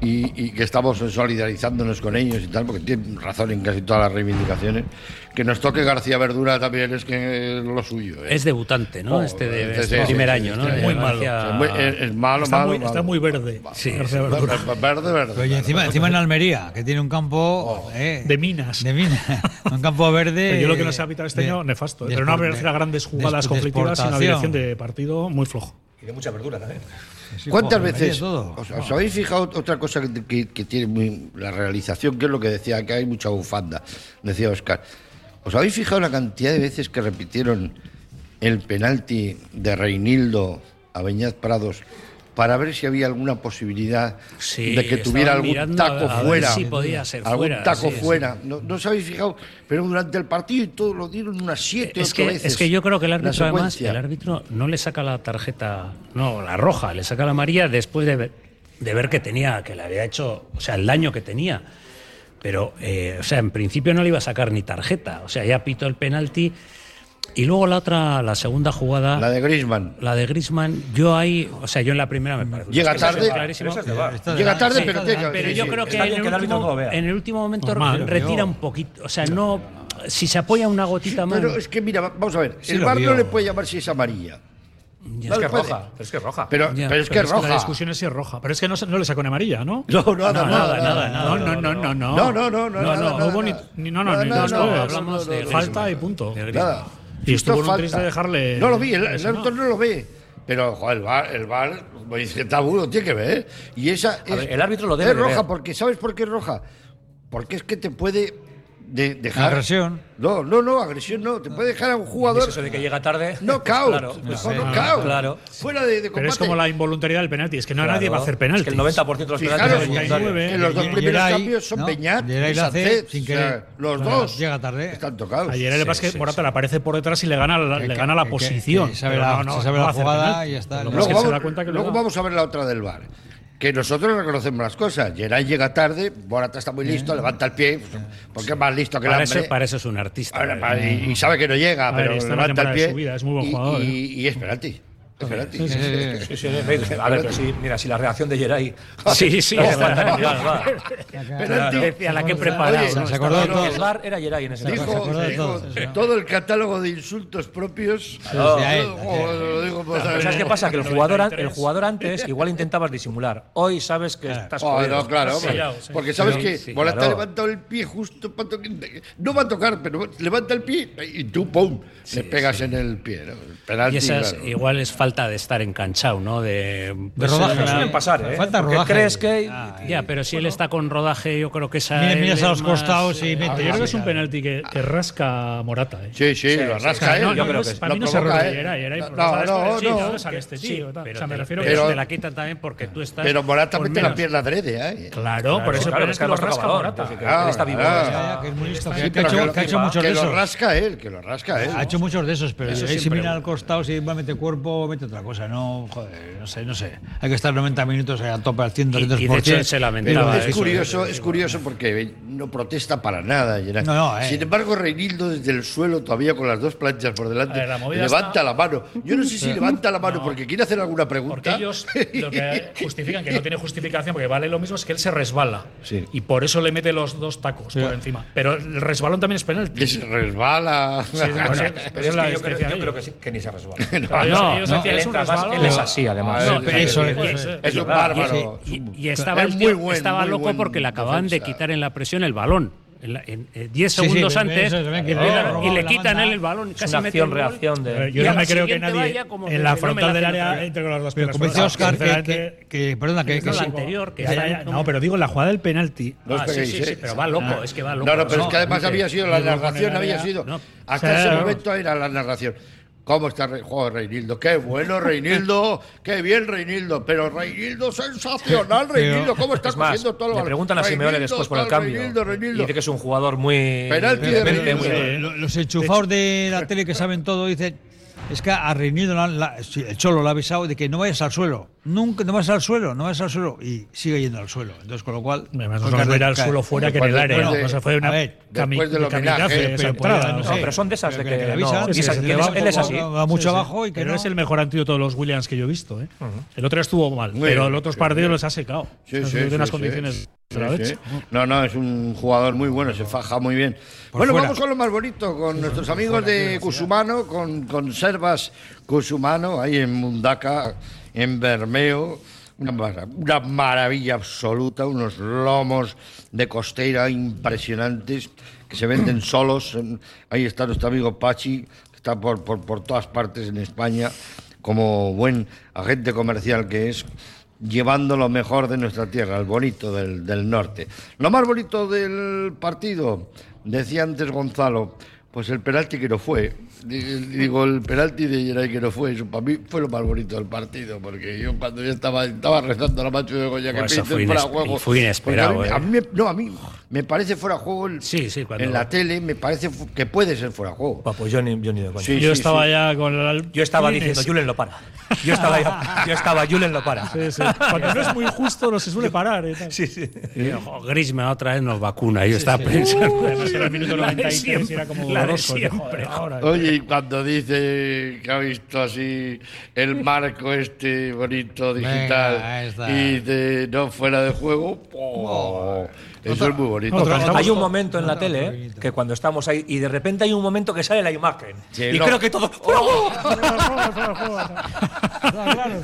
S1: y, y que estamos solidarizándonos con ellos y tal, porque tienen razón en casi todas las reivindicaciones, que nos toque García Verdura también es que es lo suyo. eh.
S4: Es debutante, ¿no?
S1: Oh,
S4: este de,
S1: sí,
S4: este
S1: sí,
S4: primer
S1: sí,
S4: año,
S1: sí,
S4: ¿no?
S1: sí,
S4: De
S5: muy malo.
S4: Valencia-
S1: Es muy- eh, es, es malo,
S5: Está
S1: malo,
S5: muy, está
S1: malo.
S5: muy verde.
S4: Sí,
S5: García
S4: sí.
S5: Verdura.
S1: Verde, verde.
S2: Oye, encima, encima en Almería, que tiene un campo eh,
S5: Oh, de minas.
S2: De minas. un campo verde.
S5: Pero yo lo que
S2: eh,
S5: no se ha habitado este
S2: de-
S5: año, nefasto. ¿eh?
S2: de
S5: Pero no
S2: expor-
S5: habrá
S2: de-
S5: grandes
S2: de-
S5: jugadas
S2: de
S5: conflictivas, sino una dirección
S2: exportación.
S5: de partido muy flojo.
S3: Y de mucha verdura también.
S2: Sí,
S1: ¿Cuántas
S2: joder,
S1: veces?
S2: Almería todo.
S1: ¿Os, os habéis fijado otra cosa que, que- que tiene muy- la realización? Que es lo que decía, que hay mucha bufanda, decía Oscar. ¿Os habéis fijado la cantidad de veces que repitieron el penalti de Reinildo a Beñaz Prados para ver si había alguna posibilidad
S4: Sí,
S1: de que
S4: estaban
S1: tuviera algún
S4: mirando a-
S1: taco
S4: a ver
S1: fuera?
S4: si podía ser
S1: algún
S4: fuera,
S1: taco
S4: sí, sí.
S1: fuera. No, no os habéis fijado, pero durante el partido y todo lo dieron unas siete,
S4: Es
S1: ocho
S4: que,
S1: veces.
S4: es que yo creo que el
S1: la
S4: árbitro, además,
S1: secuencia.
S4: el árbitro no le saca la tarjeta, no, la roja, le saca la amarilla después de ver, de ver que tenía, que le había hecho, o sea, el daño que tenía. Pero, eh, o sea, en principio no le iba a sacar ni tarjeta, o sea, ya pitó el penalti. Y luego la otra, la segunda jugada,
S1: La
S4: la de,
S1: de Griezmann.
S4: Griezman, yo ahí, o sea, yo en la primera me parece.
S1: Llega
S4: es que me
S1: tarde.
S4: parece clarísimo.
S3: Pero esa es de VAR.
S2: Está
S1: Llega
S2: delante,
S1: tarde,
S2: sí,
S1: pero
S2: está
S1: tiene que-
S2: delante.
S4: Pero yo creo que
S3: Está
S4: en
S3: bien
S4: el,
S3: que el árbitro
S4: último,
S3: no lo vea.
S4: en el último momento
S5: Normal,
S4: retira
S2: yo-
S4: un poquito. O sea, no. Si se apoya una gotita más.
S1: Pero es que mira, va- vamos a ver,
S2: Sí
S1: el
S2: lo
S1: bar no
S2: vio.
S1: le puede llamar si es amarilla.
S4: Ya.
S1: No
S3: Es que
S1: le
S3: es
S1: puede.
S3: roja. pero Es que es roja.
S1: Pero,
S4: Ya,
S1: pero es que
S4: pero
S1: es
S4: es que
S5: La
S1: roja.
S5: discusión es si es roja. Pero es que no, se- no le sacó una amarilla, ¿no?
S1: No, no, nada,
S4: No, nada, nada,
S5: No, no, no, no. No,
S1: No, no, no, no,
S5: No,
S1: nada,
S5: no,
S1: nada,
S5: hubo ni-
S1: nada.
S5: ni- no, no, ni dos
S1: no,
S5: goles.
S4: Hablamos de
S1: no,
S5: Falta y punto.
S4: De Griezmann.
S1: Nada. Esto
S5: Y estuvo en un
S1: falta.
S5: tris de dejarle-
S1: No lo vi, el, el
S5: Eso no.
S1: árbitro no. lo ve. Pero, joder, el bar, el bar, como dice Tabú, lo tiene que ver. Y esa es,
S3: ver, el árbitro lo debe
S1: Es
S3: de
S1: roja,
S3: ver.
S1: porque ¿sabes por qué es roja? Porque es que te puede de- dejar.
S2: Agresión.
S1: No, no, no, agresión no. Te puede dejar a un
S3: Es
S1: jugador.
S3: eso de que llega tarde. Pues
S1: No, pues
S3: claro.
S1: caos. Knockout.
S3: Claro.
S1: Fuera de, de combate.
S5: Pero es como la involuntariedad del penalti. Es que no
S3: Claro.
S5: nadie va a hacer
S3: Es
S5: penalti.
S3: que el 90% de los penaltis
S1: Fijaros
S3: son
S5: Penalti
S3: voluntarios.
S5: del
S1: que los dos
S2: Y-
S1: primeros
S2: Yeray,
S1: cambios son
S2: ¿no?
S1: Beñat
S2: Yeray
S1: y
S2: lo hace
S1: Sancet.
S2: sin
S1: O sea,
S2: querer.
S1: los
S2: Claro,
S1: dos
S2: llega tarde. ¿eh?
S1: están tocados.
S5: Ayer
S3: Sí,
S5: le pasa que
S3: sí,
S5: Morata le aparece por detrás y le gana la, le
S2: que-
S5: gana la
S2: que-
S5: posición.
S2: que sabe
S5: Pero
S2: la-
S5: no, no,
S2: se sabe
S5: no
S2: la
S5: va a hacer
S2: jugada
S5: penalti.
S2: y ya está.
S5: Lo
S2: Luego
S5: que pasa
S1: Luego,
S5: es que se
S1: vamos,
S5: da cuenta que
S1: luego vamos a ver la otra del bar. Que nosotros reconocemos las cosas. Geray llega tarde, Morata está muy listo, levanta el pie, pues, porque es más listo que la
S4: Para eso, para eso es un artista. eh,
S1: Ahora, para- y, y sabe que no llega,
S5: A ver,
S1: pero
S5: está en la
S1: levanta el
S5: temporada de
S1: pie.
S5: su vida, es muy buen
S1: y-
S5: jugador,
S1: Y,
S5: ¿eh?
S1: y es penalti. Es penalti.
S2: Sí, sí, sí.
S3: Sí, sí, sí. A ver, pero sí, mira, si la reacción de Geray.
S4: Sí, sí.
S3: No, va, va.
S1: Penalti.
S4: Decía, la que he
S1: Oye,
S4: preparado.
S2: Se acordó
S3: Pero
S2: todo.
S3: El bar era Geray en ese
S2: se
S3: caso.
S1: Dijo,
S2: acordó de
S1: dijo
S2: todos, sí, sí.
S1: todo el catálogo de insultos propios.
S2: Claro. Sí, sí, a él,
S1: Oh,
S2: a él.
S1: lo digo por saber.
S3: Pero ¿Sabes qué pasa? Que el jugador, an- el jugador antes igual intentabas disimular. Hoy sabes que estás
S1: Oh,
S3: jodido.
S1: no, claro, hombre.
S5: Sellado, sí.
S1: porque sabes
S4: Sí,
S1: que
S4: sí,
S1: Morata
S3: claro.
S1: ha levantado el pie justo para tocar. No va a tocar, pero levanta el pie y tú, ¡pum! le pegas en el pie. ¿no? Penalti,
S4: Y esas
S1: claro.
S4: igual es falta de estar enganchado, ¿no? De,
S2: De
S4: pues,
S2: rodaje.
S3: no suelen pasar, ¿eh?
S2: Falta
S3: Porque
S2: rodaje.
S3: crees que-
S4: Ya, pero si él está con rodaje, yo creo que esa.
S2: Mira-
S4: él
S2: miras a
S4: es
S2: los
S4: más,
S2: costados y
S4: eh,
S5: Ah, Yo
S2: mete.
S5: creo que es un penalti que, que rasca a Morata. ¿eh?
S1: Sí, sí,
S3: Sí,
S1: lo
S3: sí,
S1: rasca
S3: sí,
S1: él.
S3: no, yo
S1: lo
S3: creo que es-
S5: para mí no se
S1: provoca
S5: roba
S1: él.
S5: Yeray, Yeray,
S1: No,
S5: por la falda
S1: no,
S5: este, sí,
S1: no.
S5: ¿dónde sale este
S4: Sí,
S5: tío? tal.
S4: pero,
S5: O sea, me
S4: te,
S5: refiero
S4: pero
S5: que
S4: te la quitan también porque tú estás.
S1: Pero Morata
S4: con
S1: mete la
S4: menos.
S1: pierna adrede. ¿eh?
S5: Claro, por eso
S3: claro,
S5: pero
S3: es
S5: es
S3: que
S5: que lo
S3: no
S5: rasca
S3: acaba ahora,
S5: Morata.
S3: así que-
S1: Claro,
S3: él está vivo,
S1: claro.
S3: o sea,
S2: Ya, ya, que es muy listo.
S1: Sí,
S2: Que que ha
S1: pero
S2: hecho-
S1: lo-
S2: que ha hecho muchos
S1: que
S2: de
S1: lo ¿eh?
S2: esos.
S1: rasca él, que lo rasca él.
S2: Ha hecho muchos de esos, pero
S4: Eso
S2: él se
S4: siempre
S2: mira al
S4: ocurre.
S2: costado, si va a meter cuerpo, mete otra cosa. No, joder, no sé, no sé. Hay que estar 90 minutos a tope al 100,
S4: Y- y de
S2: 200%.
S4: hecho él se lamentaba ¿eh?
S1: Pero
S4: Nada,
S1: es
S4: Ah, eso,
S1: curioso, es curioso porque no protesta para nada. Gerard.
S2: No, no, eh.
S1: Sin embargo, Reinildo desde el suelo todavía con las dos planchas por delante
S5: A ver, la movida
S1: levanta
S5: está-
S1: la mano. Yo no sé si levanta la mano porque quiere hacer alguna
S5: Porque
S1: pregunta.
S5: ellos lo que justifican, que no tiene justificación, porque vale lo mismo, es que él se resbala.
S1: Sí.
S4: Ah,
S5: Y por eso le mete los dos tacos por encima. Pero el resbalón también es penalti.
S1: que se resbala.
S3: Bueno,
S5: Bueno, pero
S3: pero es
S5: es la
S3: que yo creo,
S5: especial.
S3: yo creo que, sí, que ni se resbala.
S5: Pero ellos-
S4: no,
S5: ellos
S2: no.
S5: decían,
S3: Él
S5: es un
S3: entra más,
S5: resbalón.
S3: él es así, además.
S1: No,
S2: No, pero eso es.
S5: Puede
S2: eso es.
S5: ser.
S1: Es un
S3: verdad,
S1: bárbaro.
S4: Y,
S1: es un-
S4: y estaba,
S1: es
S4: el
S1: muy
S4: tío-
S1: buen,
S4: estaba
S1: muy
S4: loco
S1: buen
S4: porque le acababan
S1: defensa.
S4: de quitar en la presión el balón. En la- en, eh, 10
S2: Sí, sí,
S4: segundos
S2: eso
S4: antes.
S2: se ve que
S4: y
S2: le
S4: le-
S2: han robado
S4: y le
S2: eh, oh, la
S4: quitan
S2: banda.
S4: él el balón.
S3: Es
S4: casi
S3: una
S4: mete
S3: acción,
S4: el gol.
S3: reacción
S5: A ver,
S3: de.
S5: Yo
S4: Y
S5: no
S4: al
S5: me creo que
S4: siguiente
S5: nadie
S4: vaya como
S5: en la
S4: que no me
S5: frontal
S4: la
S5: del
S4: hacen
S5: área
S4: otra
S5: entre con las dos
S2: Pero
S5: piernas.
S2: como decía Oscar, que,
S5: Sinceramente,
S2: que, que- perdona, que, que
S4: la
S2: sí.
S4: anterior, que
S5: ya, ya, ya. No, pero digo, la jugada del penalti.
S1: No os
S4: Ah, sí,
S1: peguéis,
S4: sí, sí,
S1: ¿eh?
S4: pero va loco, es que va loco.
S1: No, no, pero es que además
S5: dice,
S1: había sido la
S5: digo, con
S1: narración,
S5: el
S1: había
S5: área-
S1: sido.
S4: no.
S1: Hasta
S5: O sea,
S1: ese
S5: vamos.
S1: momento era la narración. ¿Cómo está el juego de Reinildo? ¡Qué bueno, Reinildo! ¡Qué bien, Reinildo! Pero Reinildo, sensacional, Reinildo. ¿Cómo está
S3: Es más,
S1: cogiendo todo lo
S3: le preguntan a Simeone
S1: Reinildo,
S3: después por el
S1: tal,
S3: cambio.
S1: Reinildo, Reinildo.
S3: Y dice que es un jugador muy.
S1: Penalti de
S3: muy-
S1: Reinildo.
S3: muy-
S2: Eh, lo- los enchufados de la tele que saben todo dicen es que ha reunido la- la- sí, el cholo lo ha avisado de que no vayas al suelo nunca no vas al suelo no vas al suelo y sigue yendo al suelo entonces con lo cual
S5: Además,
S2: porque
S5: no se ir al
S2: cae.
S5: suelo fuera que en el
S1: Después
S5: área.
S1: de-
S5: No, o sea, fue una
S2: A ver,
S5: cami-
S1: después del
S5: kamikaze
S1: homenaje,
S5: esa
S2: pero por-
S5: entrada,
S2: no
S5: no
S2: sé.
S5: sé.
S3: pero son de esas de que.
S2: le
S3: no,
S2: avisan,
S5: Sí, sí,
S3: quizá-
S5: se
S2: que
S5: le
S2: va
S5: va
S3: quizá
S5: un
S3: él es
S5: poco-
S3: así.
S2: va mucho
S5: Sí, sí.
S2: abajo y que
S5: Pero
S2: no
S5: es el mejor antídoto de los Williams que yo he visto. ¿eh? El otro estuvo mal,
S1: Muy
S5: pero
S1: bien.
S5: el otros partidos los ha secado.
S1: Sí,
S5: O sea,
S1: sí,
S5: tiene
S1: sí,
S5: unas
S1: sí.
S5: condiciones
S1: Sí,
S5: de la
S1: sí.
S5: leche.
S1: No, no, es un jugador muy bueno, se faja muy bien. bueno,
S2: fuera.
S1: vamos con lo más bonito, con nuestros amigos de Cusumano, con Conservas Cusumano, ahí en Mundaca, en Bermeo. Una, mara- una maravilla absoluta, unos lomos de costeira impresionantes que se venden solos. Ahí está nuestro amigo Pachi, que está por, por, por todas partes en España, como buen agente comercial que es llevando lo mejor de nuestra tierra, el bonito del, del norte. Lo más bonito del partido, decía antes Gonzalo, pues el penalti que no fue. Di- Digo, el penalti de Geray que no fue, eso para mí fue lo más bonito del partido, porque yo cuando yo estaba, estaba rezando a la macho de Goya que
S4: Bueno, eso
S1: pinten
S4: fue
S1: fuera
S4: ines-
S1: juego.
S4: fue inesperado, ¿eh?
S1: Porque A mí, a mí me- no, a mí me parece fuera juego el-
S4: Sí, sí, cuando-
S1: en la tele, me parece fu- que puede ser fuera juego.
S3: Guapo, yo ni, yo ni de coña.
S1: Sí,
S5: yo
S1: sí,
S5: estaba
S1: sí.
S5: ya con la.
S3: Yo estaba
S5: Lunes.
S3: diciendo, Julen lo para. Yo estaba, yo estaba Julen lo para.
S5: Sí, sí. Cuando no es muy justo, no se suele parar. ¿eh? Tal.
S3: Sí, sí.
S4: Y, ojo, Griezmann otra vez nos vacuna. Yo estaba pensando.
S5: Además, era el minuto
S4: La de
S5: 93 y
S4: siempre,
S5: era como
S4: la de
S5: doloroso. ¿no?
S4: siempre.
S5: Joder, ahora.
S1: Oye, y cuando dice que ha visto así el marco este bonito
S2: ahí
S1: digital
S2: está.
S1: y de no fuera de juego, ¡po!
S4: Oh.
S1: eso es muy bonito.
S5: Otra-
S1: Cantamos-
S3: Hay un momento en la tele eh, que cuando estamos ahí y de repente hay un momento que sale la imagen.
S1: Sí,
S3: y
S1: no.
S3: creo que todo.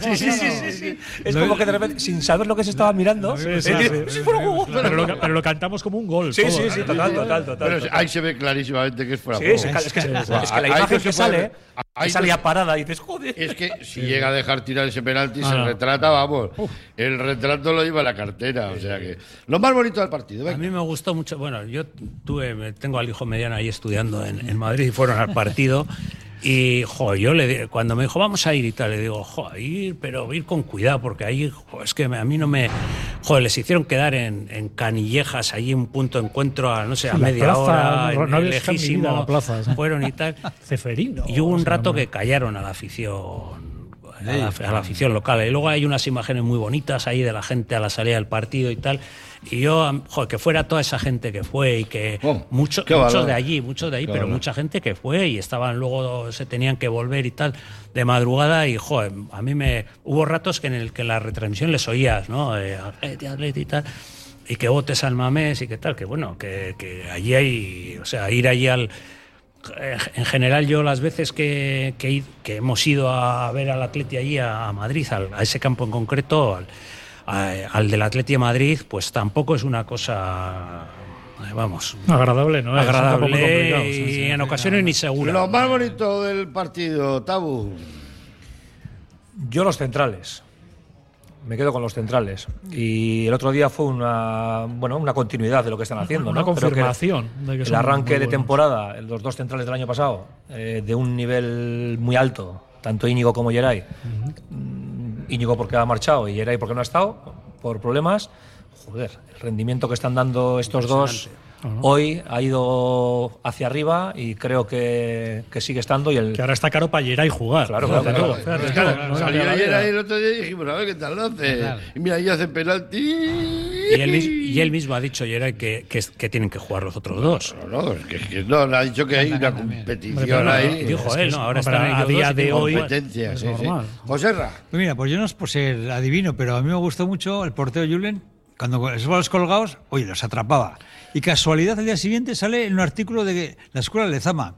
S3: Sí, sí, sí, sí, sí. Es como que de repente, sin saber lo que se estaba mirando,
S5: Sí,
S3: eh,
S5: sí, sí.
S3: sí, fuera juego.
S5: Pero lo, pero lo cantamos como un gol.
S3: Sí,
S5: todo,
S3: sí, sí,
S5: ¿eh?
S3: total, total, total.
S1: Pero
S3: total.
S1: ahí se ve clarísimamente que es fuera de juego.
S3: Sí, sí, claro, es que, es que
S1: Ahí
S3: la
S1: no
S3: imagen
S1: se
S3: que
S1: puede
S3: sale,
S1: ver. Ahí no
S3: que salía parada, y dices, joder.
S1: Es que si llega a dejar tirar ese penalti, se
S5: no.
S1: retrata, vamos. El retrato lo lleva la cartera. O sea que. Lo más bonito del partido,
S4: A
S1: venga.
S4: mí me gustó mucho. Bueno, yo tuve, tengo al hijo mediano ahí estudiando en, en Madrid y fueron al partido. Y jo, yo le di- cuando me dijo vamos a ir y tal, le digo, jo, ir, pero ir con cuidado, porque ahí, jo, es que me- a mí no me. Joder, les hicieron quedar en, en canillejas, allí un punto de encuentro a, no sé, a
S5: La
S4: media
S5: plaza,
S4: hora,
S5: no
S4: en-
S5: había visto en mi vida
S4: lejísimo.
S5: la plaza, sí.
S4: fueron y tal.
S5: Ceferino.
S4: Y hubo
S5: o
S4: un
S5: sea,
S4: rato
S5: no-
S4: que callaron a la afición. A la, a la afición local. Y luego hay unas imágenes muy bonitas ahí de la gente a la salida del partido y tal. Y yo, am- jo, que fuera toda esa gente que fue y que
S1: Oh,
S4: mucho-
S1: qué
S4: muchos
S1: valor.
S4: de allí, muchos de ahí,
S1: Qué
S4: pero
S1: valor.
S4: mucha gente que fue y estaban luego, se tenían que volver y tal de madrugada. Y jo, a mí me. Hubo ratos que en el que en la retransmisión les oías, ¿no? Eh, atleti, atleti y tal y que votes al mamés y que tal, que bueno, que, que allí hay, o sea, ir allí al... eh, En general yo las veces que, que he ido- que hemos ido a ver al Atleti allí a, a Madrid, al- a ese campo en concreto, al, a- al del Atleti de Madrid, pues tampoco es una cosa, eh, vamos,
S5: Agradable, ¿no? Es un campo muy complicado,
S4: agradable
S5: sí,
S4: y
S5: sí.
S4: en ocasiones ni segura.
S1: Lo más bonito del partido, Tabu.
S3: Yo los centrales. Me quedo con los centrales. Y el otro día fue una, bueno, una continuidad de lo que están haciendo.
S5: Una
S3: ¿no? Creo que
S5: confirmación de que
S3: el
S5: son
S3: arranque
S5: muy
S3: de
S5: buenos.
S3: temporada, los dos centrales del año pasado, eh, de un nivel muy alto, tanto Íñigo como Geray. Mm, Íñigo porque ha marchado y Geray porque no ha estado, por problemas. Joder, el rendimiento que están dando estos dos hoy ha ido hacia arriba y creo que, que sigue estando. Y el,
S5: Que ahora está caro para llegar y jugar.
S3: Claro, claro,
S5: Fíjate tú,
S3: claro.
S5: fíjate tú,
S1: Claro,
S5: no
S1: salió
S5: cambia la
S1: ayer
S5: vida.
S1: ahí el otro día y dijimos, a ver qué tal lo hace. Y mira, ahí hace penalti.
S4: Y él, mis- y él mismo ha dicho, Gerard, que, que, que tienen que jugar los otros dos.
S1: No, no, es que, es que no, le ha dicho que hay una competición ahí.
S4: Dijo
S5: es que
S4: él,
S5: es-
S4: ¿no? Ahora
S5: hombre,
S4: están
S5: a
S4: ellos
S5: día
S4: dos y
S5: de
S4: tienen que
S5: hoy-
S4: jugar.
S1: Competencia,
S5: es
S1: sí, sí.
S5: normal.
S1: Joserra,
S2: Pues mira, pues yo no es por ser adivino, pero a mí me gustó mucho el portero Julen. Cuando con esos bolos colgados, oye, los atrapaba. Y casualidad, al día siguiente sale en un artículo de la escuela de Lezama.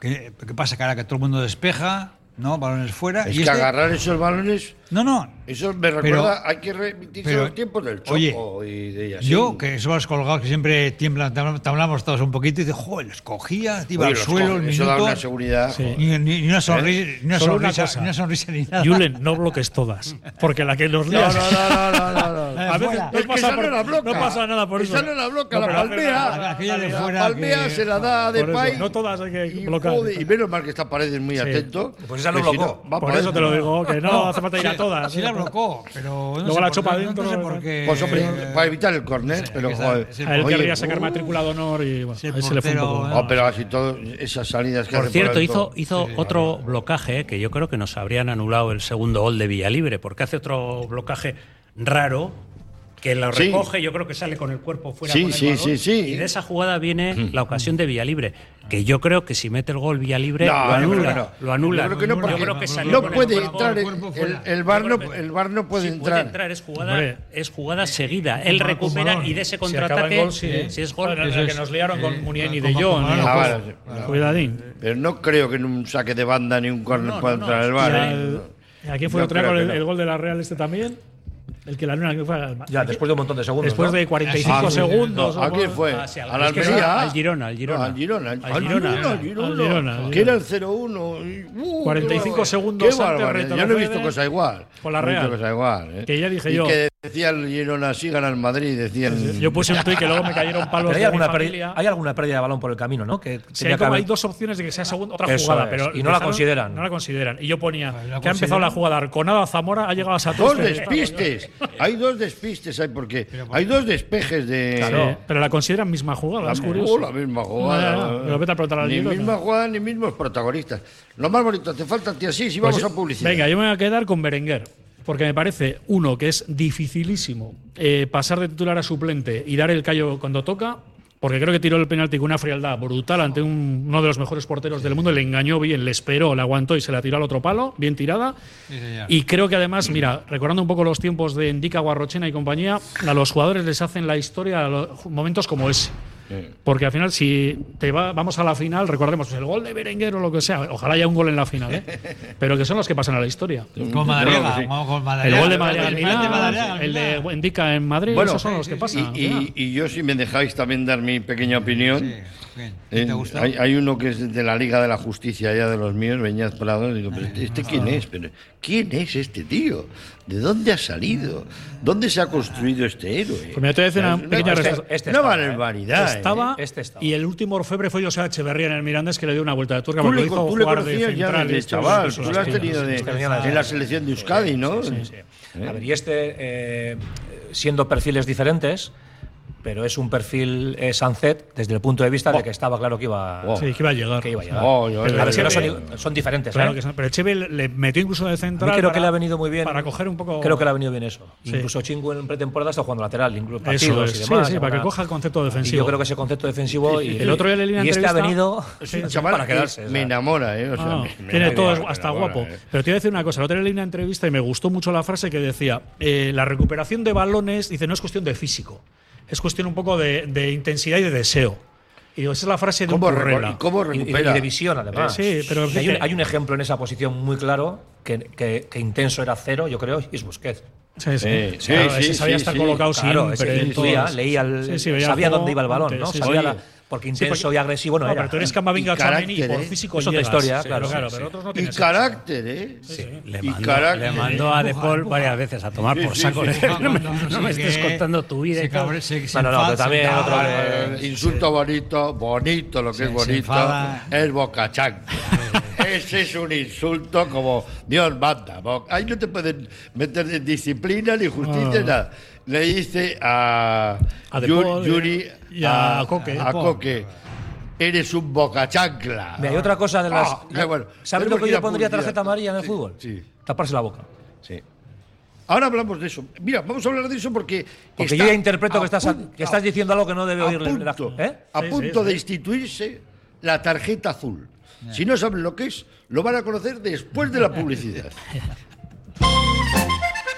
S2: ¿Qué, qué pasa? Que ahora que todo el mundo despeja, ¿no? Balones fuera.
S1: es
S2: y
S1: que
S2: este-
S1: agarrar esos balones
S2: No, no.
S1: Eso me recuerda, hay que remitirse
S2: pero,
S1: a los tiempos del
S2: oye,
S1: Choco y de ellas.
S2: Yo, que somos colgados, que siempre tiemblan, tabla- tablamos todos un poquito, y dice, joder, los cogía, te iba al suelo, el
S1: Eso da
S2: minuto.
S1: una ¿Eh? seguridad.
S5: Sí.
S1: joder.
S2: Ni, ni- ni una sonrisa, ni, una
S5: Solo una
S2: sonrisa
S5: cosa.
S2: ni una sonrisa, ni nada.
S5: Julen, no bloques todas. Porque la que nos lías.
S1: no, no, no, no, no.
S2: La de
S5: A veces
S2: fuera.
S5: no
S1: Es que
S5: pasa,
S1: esa
S5: por-
S1: no la bloca.
S5: no pasa nada por eso.
S1: Esa no la bloca,
S5: No,
S1: la
S5: pero-
S1: palmea.
S2: Aquella de
S1: la
S2: fuera
S1: palmea
S2: que-
S1: se la da de
S5: Por eso,
S1: Pay.
S5: no todas hay que
S1: y,
S5: blocar.
S1: joder, y menos mal que está Paredes muy atento.
S3: Pues esa lo
S1: que si
S3: blocó.
S1: no, va
S5: Por
S1: para
S5: eso te lo
S1: adentro.
S5: digo, que no, hace falta ir a todas.
S2: Sí la blocó, pero no
S5: Luego
S2: sé
S5: la
S2: por
S5: chopa
S2: qué,
S5: dentro,
S2: No sé
S5: ¿no?
S2: por qué.
S1: Pues hombre,
S2: eh,
S1: para evitar el córner, pero
S2: que está-
S1: joder.
S2: es el-
S5: A él
S1: Oye,
S5: querría sacar
S1: uh,
S5: matrícula de honor y bueno,
S2: Sí,
S5: ahí se
S2: por
S5: le fue un
S2: cero,
S5: poco.
S2: eh.
S1: oh, pero así todo, esas salidas que
S4: Por
S1: hace
S4: cierto, hizo,
S1: alto.
S4: hizo otro blocaje eh, que yo creo que nos habrían anulado el segundo gol de Villalibre, porque hace otro blocaje raro que lo
S1: Sí.
S4: recoge, yo creo que sale con el cuerpo fuera.
S1: Sí,
S4: con el
S1: sí,
S4: balón,
S1: sí, Mm. sí.
S4: Y de esa jugada viene la ocasión de Villalibre, que yo creo que si mete el gol Villalibre
S1: No,
S4: lo
S1: yo creo
S4: anula.
S1: que no.
S4: Lo anula.
S1: Yo creo que no, porque
S4: creo que salió
S1: no
S4: con el
S1: puede
S4: cuerpo-
S1: entrar.
S2: el
S1: El,
S2: cuerpo fuera.
S1: el bar
S4: Yo
S1: no,
S4: creo que-
S1: el bar no puede
S4: Sí,
S1: entrar.
S4: es jugada,
S5: Hombre.
S4: es jugada seguida. Él
S2: marca un
S4: recupera
S2: balón.
S4: y de ese
S2: Si
S4: contraataque, si es gol,
S5: Bueno, la que nos liaron con Munien y
S2: con-
S5: de
S2: con-
S5: Jong.
S2: con-
S5: ¿eh?
S2: con-
S1: Ah,
S2: Ojo.
S1: vale, sí.
S5: Cuidadín.
S1: Pero no creo que en un saque de banda ni un córner
S4: no,
S1: pueda
S4: no,
S1: entrar el
S5: Y
S1: bar. ¿eh?
S5: al- ¿y ¿A quién fue
S1: Yo
S5: otra
S1: creo
S5: gol?
S1: que
S5: El,
S1: no.
S5: el gol de la Real este también. El que la luna que fue al-
S3: Ya, después de un montón de segundos.
S5: después
S3: ¿no?
S5: de 45
S1: Ah, sí, sí, sí.
S5: segundos.
S1: No, ¿A
S5: o-
S1: quién fue?
S4: Ah, sí, al-
S1: ¿Al
S4: es que
S1: Almería?
S4: va al Girona, al Girona.
S1: No, al Girona. Al
S4: Al
S1: Girona,
S4: Girona.
S1: al
S5: Al
S1: Girona.
S5: Girona, al
S1: Que era el
S5: Girona.
S1: 0-1. Uh,
S5: 45
S1: qué-
S5: segundos
S1: Qué
S5: antes
S1: bárbaro. Yo no he visto
S5: retrocede
S1: cosa igual.
S5: con la
S1: No he visto
S5: Real.
S1: cosa igual. ¿eh?
S5: Que ya dije
S1: y
S5: yo.
S1: que decía el Girona, sí, gana el Madrid. Decía el...
S5: Yo puse un tuit que luego me cayeron
S3: Pero
S5: palos
S3: hay
S5: de mi
S3: alguna,
S5: familia.
S3: pérdida, hay alguna pérdida de balón por el camino, ¿no? Que
S5: Sí,
S3: tenía
S5: hay,
S3: que
S5: como,
S3: haber-
S5: hay dos opciones de que sea segunda, otra
S3: Eso
S5: jugada,
S3: es,
S5: pero
S3: y no la consideran.
S5: No la consideran. Y yo ponía
S2: la
S5: que ha
S2: consideran.
S5: empezado la jugada Arconada Zamora, ha llegado a
S1: Dos
S5: Satoshi.
S1: despistes. hay dos despistes. Hay porque hay dos despejes de.
S5: Claro, pero la consideran misma jugada,
S1: La,
S5: es
S1: misma-
S5: curioso.
S1: la misma jugada.
S5: No, no, no, pero vete a preguntar al
S1: ni
S5: Girona.
S1: misma jugada ni mismos protagonistas. Lo más bonito, te faltan tías sí, si vamos a publicidad.
S5: Venga, Pues yo me voy a quedar con Berenguer. Porque me parece, uno, que es dificilísimo eh, pasar de titular a suplente y dar el callo cuando toca. Porque creo que tiró el penalti con una frialdad brutal ante un- uno de los mejores porteros del mundo. Le engañó bien, le esperó, le aguantó y se la tiró al otro palo. Bien tirada.
S2: Sí, señor.
S5: Y creo que además, mira, recordando un poco los tiempos de Indica Guarrochena y compañía, a los jugadores les hacen la historia a los momentos como ese. Porque al final, si te va- vamos a la final, recordemos pues, el gol de Berenguer o lo que sea. Ojalá haya un gol en la final, ¿eh? pero que son los que pasan a la historia.
S2: Con Madariaga,
S1: Yo creo que sí.
S2: con- con
S5: El
S2: Madariaga.
S5: gol de
S1: Madrid
S5: Madariaga
S2: El penalti
S1: al
S5: en
S2: de
S1: Milán,
S2: Madariaga,
S5: Milán, el de
S2: al Milán.
S5: Indica en Madrid, esos son los que
S1: y,
S5: pasan. al
S1: y-
S5: final.
S1: y yo, si me dejáis también dar mi pequeña opinión.
S2: Sí, bien.
S1: eh,
S2: ¿Te ha gustado?
S1: hay, hay uno que es de la Liga de la Justicia, ya de los míos, Beñaz Prado. Digo, pero este, este
S2: Ah.
S1: quién es? Pero, ¿Quién es este tío? ¿De dónde ha salido? ¿Dónde se ha construido este héroe?
S5: Pues mira, te voy a decir una pequeña
S1: este-
S5: respuesta.
S3: Este
S1: una
S3: estaba, ¿eh?
S1: barbaridad. ¿eh?
S5: estaba,
S3: este estaba.
S5: y el último orfebre fue José Echeverría en el Mirandés que le dio una vuelta de turca
S1: Tú
S5: porque
S1: le,
S5: lo hizo
S1: tú le
S5: jugar de
S1: conocías ya
S5: central y
S1: desde
S5: esto, pues,
S1: chaval, tú
S5: esto,
S1: lo
S5: esto,
S1: has
S5: esto,
S1: tenido de-
S5: esto, esto,
S1: en la selección de Euskadi, ¿no?
S3: A ver, y este, eh, siendo perfiles diferentes, pero es un perfil eh, Sunset desde el punto de vista de que estaba claro que iba,
S1: Oh.
S5: Sí, que iba a llegar.
S3: que iba a llegar.
S1: Oh, yo-
S3: Pero a ver si
S1: yo-
S3: no son,
S1: yo-
S3: i- son diferentes.
S5: Claro
S3: ¿eh?
S5: que sí. Pero Echeve le- le metió incluso de
S3: A mí
S5: central.
S3: creo que
S5: para-
S3: le ha venido muy bien.
S5: Para coger un poco.
S3: Creo que le ha venido bien eso.
S5: Sí.
S3: Incluso Chingu en pretemporada está jugando lateral, incluso
S5: Eso
S3: partidos
S5: es.
S3: y
S5: Sí,
S3: demás.
S5: sí, para que
S3: Ahora-
S5: coja el concepto
S3: Y
S5: defensivo.
S3: yo creo que ese concepto defensivo y,
S5: El otro día leí una
S3: y este ha
S5: entrevista-
S3: venido
S1: Es un chaval
S3: para
S1: que
S3: quedarse. o
S1: Me
S3: sea.
S1: enamora, ¿eh? O sea,
S5: Ah,
S1: me- me
S5: tiene todo,
S1: enamora,
S5: es-
S1: me
S5: hasta
S1: enamora,
S5: guapo.
S1: ¿eh?
S5: Pero te voy a decir una cosa. El otro día leí una entrevista y me gustó mucho la frase que decía: eh, la recuperación de balones, dice, no es cuestión de físico, es cuestión un poco de, de intensidad y de deseo. Y digo, esa es la frase de un
S1: ¿Cómo, recu-
S5: Currela.
S1: y cómo
S3: Y- y-
S1: recupera?
S3: Y de visión, además.
S5: Eh, sí, pero
S3: Y hay, un,
S5: fíjate-
S3: hay un ejemplo en esa posición muy claro que, que- que intenso era cero, yo creo, y es Busquets.
S5: Sí, sí.
S1: Sí, sí,
S5: Claro, ese
S1: sí,
S5: sabía
S1: sí,
S5: estar
S1: sí.
S5: colocado
S3: Claro, es
S5: siempre.
S3: que
S5: en
S3: intuía,
S5: todas.
S3: leía el-
S5: Sí, sí, veía
S3: sabía
S5: el juego
S3: dónde iba el balón,
S5: antes,
S3: ¿no?
S5: sí,
S3: sabía
S5: sí.
S3: la- porque
S5: Sí,
S3: intenso
S5: porque-
S3: y agresivo no
S5: No,
S3: era.
S5: pero tú eres Camavinga
S1: Y carácter,
S5: Chameni y por
S1: ¿eh?
S5: físico
S3: Es otra
S5: llegas.
S3: historia,
S5: Sí,
S3: claro,
S5: pero
S3: sí,
S5: pero
S3: sí.
S5: otros no
S1: Y
S5: tienes eso.
S1: carácter, ¿eh?
S4: Le
S1: y
S4: mandó,
S1: carácter.
S4: le mandó a De
S2: Empuja,
S4: Paul
S2: empuja.
S4: varias veces a tomar
S1: Sí,
S4: por
S1: sí,
S4: saco.
S1: sí, sí.
S4: No me- No me
S2: Sí,
S4: estés
S2: que
S4: contando tu vida. y
S2: se
S4: tal.
S2: cabre- se- se
S3: No, no, no,
S2: enfada,
S3: pero
S2: se
S3: también
S2: enfada.
S3: otro-
S1: Eh, insulto bonito, bonito lo que es
S2: se
S1: bonito,
S2: enfada.
S1: es bocachán. Ese es un insulto como Dios manda. bo- Ahí no te pueden meter en disciplina ni justicia, nada. Le hice a,
S5: A De
S1: Yu-
S5: Paul
S1: Yuri
S5: y a Coque.
S1: a Coque, Eres un bocachancla.
S3: Mira, hay otra cosa de las.
S1: Ah, qué bueno.
S3: ¿Sabes lo
S1: Tenemos
S3: que
S1: ir
S3: yo
S1: a
S3: pondría
S1: publicidad.
S3: tarjeta amarilla en el
S1: Sí,
S3: fútbol?
S1: sí.
S3: Taparse la boca.
S1: Sí. Ahora hablamos de eso. Mira, vamos a hablar de eso porque.
S3: Porque
S1: está
S3: yo ya interpreto
S1: a
S3: que estás,
S1: punto-
S3: que estás diciendo algo que no debe
S1: a
S3: oír la-
S1: punto,
S3: ¿eh?
S1: a
S5: Sí,
S1: punto
S5: sí,
S1: de
S5: sí.
S1: instituirse la tarjeta azul. Si no saben lo que es, lo van a conocer después de la publicidad.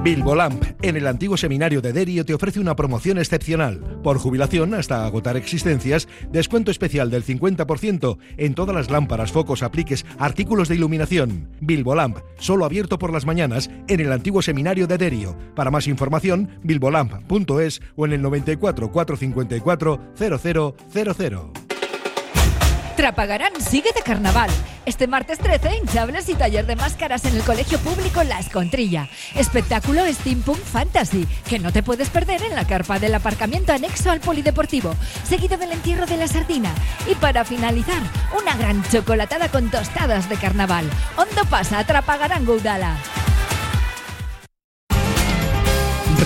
S6: Bilbolamp, en el antiguo seminario de Derio, te ofrece una promoción excepcional. Por jubilación, hasta agotar existencias, descuento especial del 50% en todas las lámparas, focos, apliques, artículos de iluminación. Bilbolamp, solo abierto por las mañanas en el antiguo seminario de Derio. Para más información, bilbolamp.es o en el 94 454 0000.
S7: Trapagarán sigue de carnaval. Este martes 13, hinchables y taller de máscaras en el Colegio Público La Escontrilla. Espectáculo Steampunk Fantasy, que no te puedes perder en la carpa del aparcamiento anexo al Polideportivo, seguido del entierro de la sardina. Y para finalizar, una gran chocolatada con tostadas de carnaval. Hondo pasa a Trapagarán Goudala.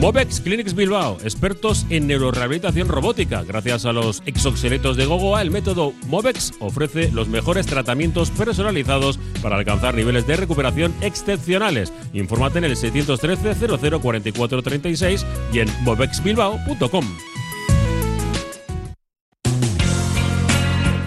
S8: Movex Clinics Bilbao, expertos en neurorehabilitación robótica. Gracias a los exoxeletos de Gogoa, el método Movex ofrece los mejores tratamientos personalizados para alcanzar niveles de recuperación excepcionales. Infórmate en el 613 00 44 36 y en movexbilbao.com.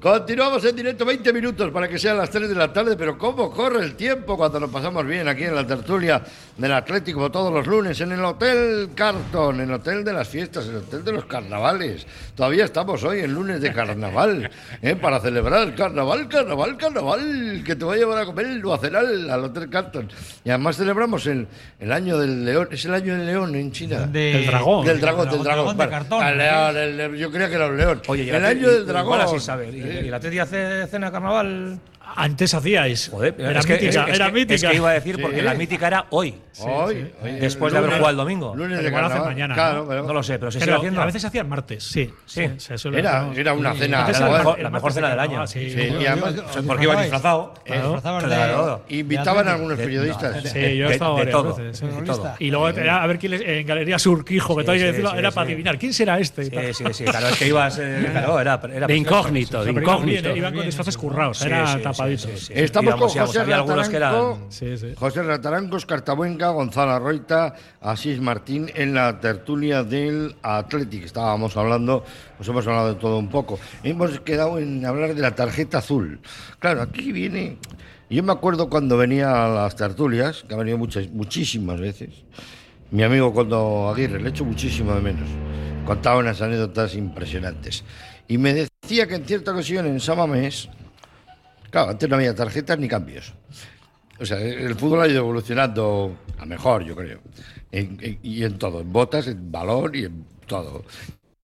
S1: Continuamos en directo 20 minutos para que sean las 3 de la tarde, pero cómo corre el tiempo cuando nos pasamos bien aquí en la tertulia del Atlético como todos los lunes, en el Hotel Carton, en el Hotel de las Fiestas, en el Hotel de los Carnavales. Todavía estamos hoy en lunes de carnaval, ¿eh? para celebrar el carnaval, carnaval, carnaval, que te va a llevar a comer o a cenar al Hotel Carton. Y además celebramos el, el año del león, es el año del león en China.
S2: De-
S5: Del dragón.
S1: Del dragón, del dragón.
S2: dragón de
S1: vale.
S2: cartón.
S1: Al león, el- el- yo creía que era un león.
S3: Oye, y
S1: el
S3: la-
S1: año
S3: y-
S1: del
S3: igual
S1: dragón.
S3: así sabe. ¿Y, y la Teti hace cena de carnaval?
S5: Antes hacíais.
S3: Joder,
S5: era
S3: es que-
S5: mítica,
S3: es que-
S5: era
S3: es que-
S5: mítica.
S3: es que iba a decir porque la mítica era hoy.
S1: Hoy, hoy,
S3: Eh, Después de
S1: lunes,
S3: haber jugado el domingo.
S1: Lunes
S5: Pero
S1: de
S5: igual lo hacen
S1: carnaval.
S5: mañana,
S1: Claro,
S5: ¿no?
S1: pero-
S3: No lo sé, pero se sigue
S5: Pero
S3: haciendo.
S5: a veces hacían martes, sí.
S3: Sí.
S5: se suele
S1: Era-
S5: hacer, ¿no?
S1: era una
S5: Sí.
S1: cena,
S5: Antes
S1: la
S5: era
S1: mejor-
S5: mejor
S3: la mejor cena del año.
S5: Ah, sí.
S1: Sí, y además-
S3: porque iba disfrazado.
S1: Eh,
S2: Disfrazabas de-
S3: Claro.
S1: Invitaban
S2: de
S1: a algunos
S2: Atlético.
S1: periodistas.
S5: Sí, yo he
S3: De-
S5: estado
S3: de
S5: varias
S3: todo,
S5: veces. ¿eh?
S3: de
S5: sí.
S3: todo.
S5: Y luego era a ver quién les- en Galería Surquijo, que
S3: Sí,
S5: todo hay que
S3: sí,
S5: decirlo,
S3: sí,
S5: era
S3: sí.
S5: para adivinar quién será este. y tal.
S3: Sí, sí, sí. Claro, es que ibas. eh, claro, era, era
S4: De incógnito,
S5: O
S4: de
S5: sea, pero iban bien,
S4: incógnito.
S5: ¿eh? Iban con disfraces currados,
S3: Sí,
S5: era
S3: sí, sí,
S5: tapaditos.
S3: sí, sí.
S1: Estamos
S3: Íbamos,
S1: con
S3: íbamos.
S1: José
S3: Había algunos que
S1: Rataranco,
S3: eran-
S5: Sí, sí.
S1: José Ratarancos, Cartabuenca, Gonzalo Arroita, Asís Martín en la tertulia del Athletic. Estábamos hablando, pues hemos hablado de todo un poco. Hemos quedado en hablar de la tarjeta azul. Claro, aquí viene. Yo me acuerdo cuando venía a las tertulias, que ha venido muchas, muchísimas veces. Mi amigo cuando Aguirre, le echo muchísimo de menos. Contaba unas anécdotas impresionantes. Y me decía que en cierta ocasión en Samamés, claro, antes no había tarjetas ni cambios. O sea, el fútbol ha ido evolucionando a mejor, yo creo. En- en- y en todo, en botas, en balón y en todo.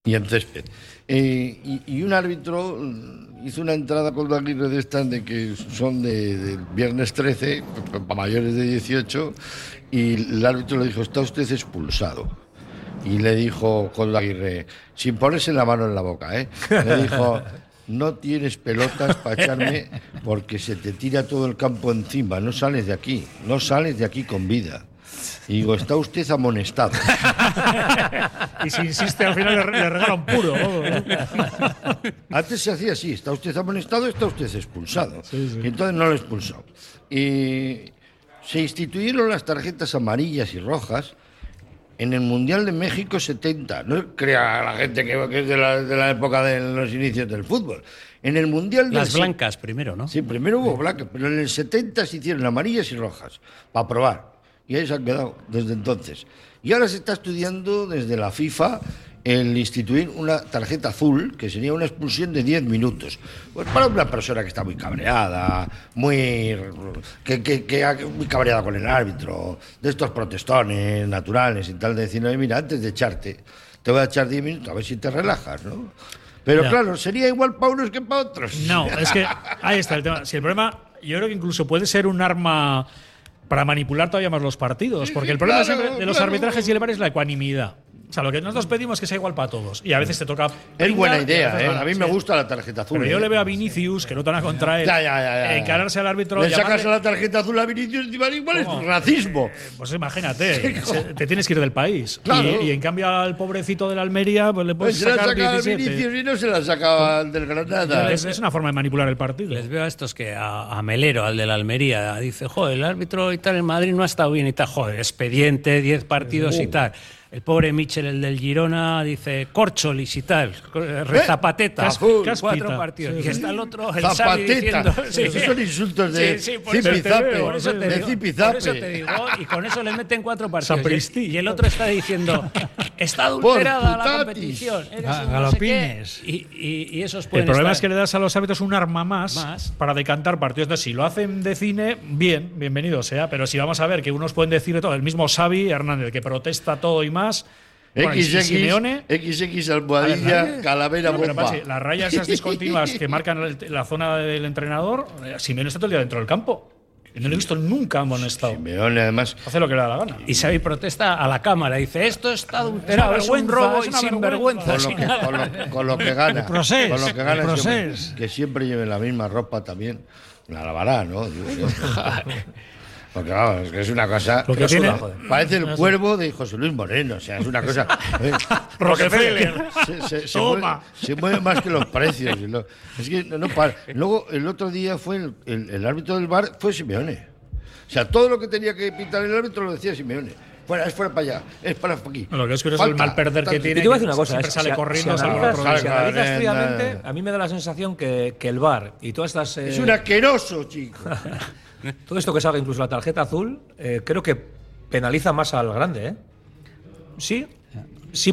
S1: Y en césped. Eh, y, y un árbitro mm, hizo una entrada con Aguirre de estas de que son de, del viernes 13, para mayores de 18, y el árbitro le dijo, está usted expulsado. Y le dijo Coldo Aguirre, sin ponerse la mano en la boca, ¿eh? le dijo, no tienes pelotas para echarme porque se te tira todo el campo encima, no sales de aquí, no sales de aquí con vida. Y digo, está usted amonestado.
S5: Y si insiste, al final le, re- le regala un puro. ¿no?
S1: Antes se hacía así, está usted amonestado, está usted expulsado. Y entonces no lo expulsó. Y se instituyeron las tarjetas amarillas y rojas en el Mundial de México 70. No crea la gente que, que es de la, de la época de los inicios del fútbol. En el Mundial
S4: Las
S1: del-
S4: blancas primero, ¿no?
S1: Sí, primero hubo blancas, pero en el 70 se hicieron amarillas y rojas, para probar. Y ahí se han quedado desde entonces. Y ahora se está estudiando desde la FIFA el instituir una tarjeta azul, que sería una expulsión de 10 minutos. Pues para una persona que está muy cabreada, muy, que, que- que ha- muy cabreada con el árbitro, de estos protestones naturales y tal, de decir, "Oye, mira, antes de echarte, te voy a echar 10 minutos, a ver si te relajas, ¿no? Pero
S5: Ya.
S1: claro, sería igual para unos que para otros.
S5: No, es que ahí está el tema. Si el problema, yo creo que incluso puede ser un arma para manipular todavía más los partidos,
S1: Sí,
S5: porque
S1: sí,
S5: el problema
S1: claro,
S5: siempre de los
S1: claro.
S5: arbitrajes y el VAR es la ecuanimidad. O sea, lo que nosotros pedimos es que sea igual para todos. Y a veces te toca.
S1: Es
S5: pringar
S1: buena
S5: y
S1: idea,
S5: veces
S1: ¿eh?
S5: ganar.
S1: A mí me
S5: Sí.
S1: gusta la tarjeta azul.
S5: Pero yo
S1: ¿eh?
S5: le veo a Vinicius, que no tan a contra él,
S1: Ya, ya, ya, ya, ya.
S5: encararse al árbitro.
S1: Le sacas
S5: llamarle-
S1: a la tarjeta azul a Vinicius y igual es
S5: ¿Cómo?
S1: racismo.
S5: Pues imagínate, se- te tienes que ir del país.
S1: Claro.
S5: Y, y en cambio al pobrecito del Almería, pues le
S1: Pues
S5: puedes
S1: se la
S5: sacar
S1: sacaba a
S5: 17.
S1: Vinicius y no se la sacaba al del Granada.
S5: Es, es una forma de manipular el partido.
S4: Les veo a estos que, a, a Melero, al de la Almería, dice, joder, el árbitro y tal en Madrid no ha estado bien y tal, joder, expediente, 10 partidos y tal. El pobre Michel, el del Girona, dice, corcholis y tal, eh, rezapateta,
S5: Cas-
S4: cuatro
S5: caspita.
S4: partidos.
S5: Sí,
S4: y
S5: sí.
S4: está el otro, el Xavi diciendo...
S1: Zapateta.
S4: sí.
S1: Esos son insultos de
S4: Sí, sí, por eso te
S1: zipizape.
S4: digo, por eso te
S1: De
S4: digo, por eso te
S1: zipizape.
S4: digo, y con eso le meten cuatro partidos.
S5: Sapristi.
S4: Y, y el otro está diciendo, está
S1: Por
S4: adulterada la
S1: putatis.
S4: competición. eres
S2: Ah,
S4: un no sé qué".
S2: galopines.
S4: Y, y- y esos
S5: El
S4: pueden
S5: problema
S4: estar-
S5: es que le das a los árbitros un arma más,
S4: Más.
S5: para decantar partidos. Entonces, si lo hacen de cine, bien, bienvenido sea. Pero si vamos a ver que unos pueden decir de todo, el mismo Xavi Hernández, que protesta todo y más. bueno, y
S1: XX,
S5: Simeone.
S1: XX
S5: A ver,
S1: Almohadilla,
S5: la-
S1: Calavera,
S5: No, pero,
S1: Bomba.
S5: Pachi, las rayas esas discontinuas que marcan el- la zona del entrenador, eh, Simeone está todo el día dentro del campo. Y No lo he visto nunca amonestado.
S1: Simeone, además.
S5: Hace lo que le da la gana.
S4: Y Xavi protesta a la cámara, dice, esto está adulterado, es un
S5: vergüenza,
S4: robo
S5: es
S4: y
S5: una
S4: sin
S5: vergüenza".
S4: vergüenza.
S1: Con lo, que, con, lo, con lo que gana.
S2: Procés,
S1: con lo que gana
S2: el
S1: ese hombre,
S2: procés.
S1: que siempre lleve la misma ropa también. La lavará, ¿no? Digo yo. Porque vamos, es que es una cosa.
S5: Lo que tiene-
S1: Suda, joder. parece el cuervo de José Luis Moreno. O sea, es una cosa. eh,
S5: Rockefeller.
S1: se, se- se
S5: Toma.
S1: Mueve, se mueve más que los precios. y lo- es que no, no para. Luego, el otro día fue el, el- el árbitro del bar fue Simeone. O sea, todo lo que tenía que pintar el árbitro lo decía Simeone. Fuera, es fuera para allá, es para aquí.
S5: Lo que es curioso es el
S1: Falta,
S5: mal perder que
S1: tal.
S5: tiene.
S3: Y te voy a decir una cosa.
S5: Siempre
S3: es-
S5: sale
S3: si a-
S5: corriendo,
S3: si
S5: sale por
S3: analizas,
S5: otro
S1: lado.
S3: si
S1: Salga,
S3: analizas
S1: nena.
S3: fríamente, a mí me da la sensación que, que el VAR y todas estas, eh,
S1: Es un asqueroso, chico.
S3: todo esto que salga, incluso la tarjeta azul, eh, creo que penaliza más al grande. ¿eh? Sí, sí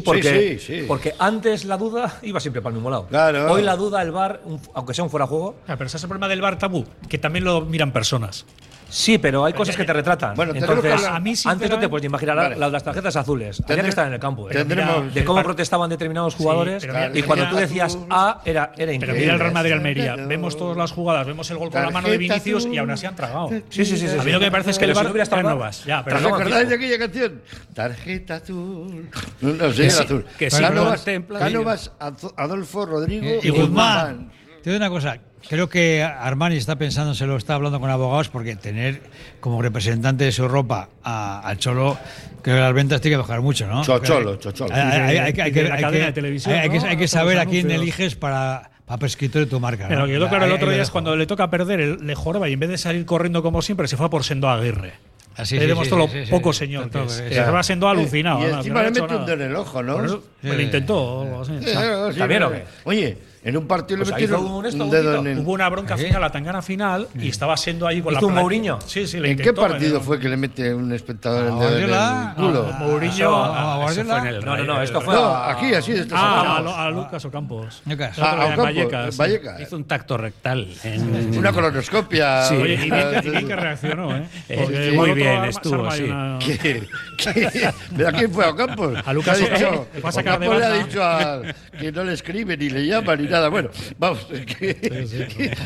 S1: Sí,
S3: porque,
S1: sí, sí.
S3: porque antes la duda iba siempre para el mismo lado.
S1: Claro.
S3: Hoy la duda, el VAR, un- aunque sea un fuera de juego,
S5: Ah, pero ese es el problema del bar tabú, que también lo miran personas.
S3: Sí, pero hay cosas que te retratan.
S1: Bueno, tenemos que
S3: Entonces,
S1: hablar- A mí,
S3: antes no
S5: sinceramente-
S3: te puedes ni imaginar
S1: Vale.
S3: las, las tarjetas azules. Había
S1: Tendré-
S3: que estar en el campo. ¿eh?
S1: tendremos-
S3: de cómo
S1: par-
S3: protestaban determinados jugadores.
S5: pero mira-
S3: y
S5: pero
S3: cuando
S5: mira-
S3: tú decías A, era, era
S5: Pero
S3: increíble.
S5: mira el Real Madrid Almería. Vemos todas las jugadas, vemos el gol con la mano de
S1: Tarjeta
S5: Vinicius y
S1: azul.
S5: aún así han tragado.
S3: Sí, sí, sí. sí,
S5: A
S3: sí.
S5: mí lo que me parece es que
S3: Pero
S5: el
S3: si
S5: VAR
S3: no hubiera estado
S5: ya
S3: el
S5: no
S3: VAR.
S5: vas. Ya,
S1: ¿Os
S5: pero
S3: no,
S1: acordáis
S3: tío.
S1: de aquella canción? Tarjeta azul. No, no sí,
S4: Que
S1: el
S4: sí,
S1: azul.
S4: que sí,
S1: Cánovas,
S4: en plan-
S1: Cánovas, Azo- Adolfo,
S5: Eh,
S1: Rodrigo
S2: Y Guzmán. Te digo una cosa, creo que Armani está pensando, se lo está hablando con abogados, porque tener como representante de su ropa a- al Cholo, creo que las ventas tienen que bajar mucho, ¿no?
S1: Chocholo,
S2: Creo que-
S1: chocholo.
S2: Hay- hay- hay- hay
S5: Y
S2: que-
S5: de
S2: hay que-
S5: la
S2: hay
S5: cadena
S2: que-
S5: de televisión,
S2: hay que-
S5: ¿no?
S2: hay que
S5: Los
S2: saber a quién
S5: anuncios.
S2: eliges para, para prescriptor de tu marca. ¿no?
S5: Pero lo que quedó claro el
S2: Ahí-
S5: otro
S2: ahí
S5: día
S2: lo
S5: es
S2: dejo.
S5: cuando le toca perder, el- le joroba y en vez de salir corriendo como siempre, se fue a por Sendo Aguirre.
S2: Así,
S5: le
S2: sí,
S5: demostró
S2: sí,
S5: lo
S2: sí, sí,
S5: poco
S2: sí.
S5: señor que
S2: Tanto
S5: es. Eh,
S2: que-
S5: Se va Sendo alucinado.
S1: Y
S5: vamos,
S1: encima
S5: que no
S1: le
S5: ha hecho
S1: mete un
S5: nada.
S1: dedo en el ojo, ¿no?
S5: Por eso
S2: Sí.
S5: lo intentó. o algo así.
S1: Sí, claro, sí,
S3: ¿También o
S1: pero-
S3: qué?
S1: Oye, en un partido
S3: Pues
S1: le
S3: ahí
S1: metieron
S3: hizo un esto
S1: un dedo en
S3: bonito.
S1: el.
S5: Hubo una bronca final, la tangana final, y estaba siendo ahí con la.
S3: ¿Hizo un
S5: pla-
S3: Mourinho?
S5: Sí, sí, le
S1: ¿En qué
S5: intentó,
S1: partido
S5: pero- Ah,
S1: fue que le mete un espectador
S2: ¿A
S1: el dedo en
S2: Guardiola?
S1: el culo?
S2: ¿A
S5: Mourinho,
S2: ¿A
S5: ah,
S4: Eso fue en
S2: Guardiola?
S4: el
S3: No, no, no,
S4: Real-
S3: esto fue.
S1: No,
S3: a-
S1: aquí, así de esta
S5: Ah, a,
S1: semana.
S5: lo- a Lucas Ocampos.
S2: Lucas.
S5: El otro
S1: Ah,
S5: día en
S1: Ocampo,
S5: Vallecas.
S1: en Vallecas.
S4: Hizo un tacto rectal. en-
S1: Una colonoscopia.
S4: Sí.
S5: Oye, y bien, y bien que reaccionó, ¿eh?
S4: Eh,
S5: Porque
S4: muy
S5: igual otro
S4: bien,
S5: arma- se
S4: estuvo,
S5: arma ahí
S4: sí.
S5: una-
S1: ¿Qué? ¿Qué? ¿Pero a quién fue a Ocampos?
S5: A Lucas
S1: Le ha dicho,
S5: Ocampos. Va a sacar de
S1: Ocampos le ha
S5: banda.
S1: dicho a- que no le escribe, ni le llama, ni nada. Bueno, vamos, es que, que-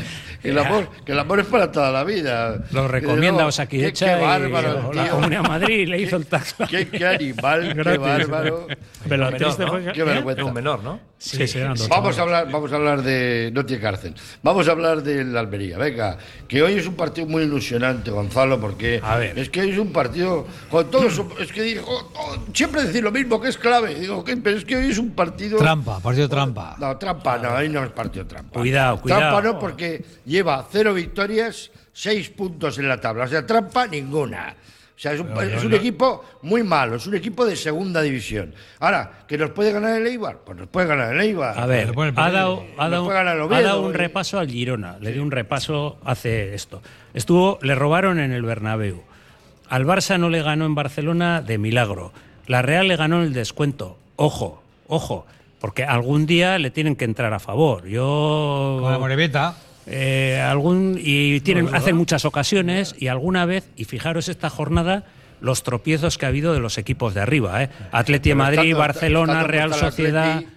S1: que el, amor, que el amor es para toda la vida.
S4: Lo recomienda Osakidecha.
S1: Qué, qué
S4: y
S1: bárbaro,
S4: La
S1: tío.
S4: Comunidad de Madrid le hizo el tacto.
S1: Qué, qué animal, qué
S5: Gratis.
S1: bárbaro.
S5: Pero este ¿Eh? lo
S3: Menor,
S5: triste
S3: ¿no?
S5: fue que.
S1: Qué vergüenza.
S3: Era un menor, ¿no?
S5: Sí, sí, eran dos.
S1: Vamos a hablar, vamos a hablar de. No tiene cárcel. Vamos a hablar del Almería. Venga, que hoy es un partido muy ilusionante, Gonzalo, porque
S3: A ver.
S1: es que hoy es un partido. Con todo su- es que digo, oh, siempre decir lo mismo, que es clave. Digo, que, pero es que hoy es un partido.
S2: Trampa, partido trampa.
S1: No, trampa, no, ahí no es partido trampa.
S4: Cuidado, cuidado.
S1: Trampa no, porque lleva cero victorias, seis puntos en la tabla. O sea, trampa ninguna. O sea, es un, es un equipo muy malo, es un equipo de segunda división. Ahora, ¿que nos puede ganar el Eibar? Pues nos puede ganar el Eibar.
S4: A ver,
S2: Bueno,
S4: ha dado, ha
S1: nos
S4: dado-
S1: pues, juegan al
S4: ha
S1: Oviedo,
S4: dado un
S1: y-
S4: repaso al Girona. Le dio un repaso hace esto. Estuvo, le robaron en el Bernabéu. Al Barça no le ganó en Barcelona de milagro. La Real le ganó en el descuento. Ojo, ojo, porque algún día le tienen que entrar a favor. Yo
S2: Con la Morevita.
S4: eh, algún y tienen hacen muchas ocasiones y alguna vez y fijaros esta jornada los tropiezos que ha habido de los equipos de arriba, ¿eh? Atleti de
S1: Pero
S4: Madrid,
S1: tanto-
S4: Barcelona,
S1: tanto
S4: Real
S1: contra el
S4: Sociedad.
S1: Atleti,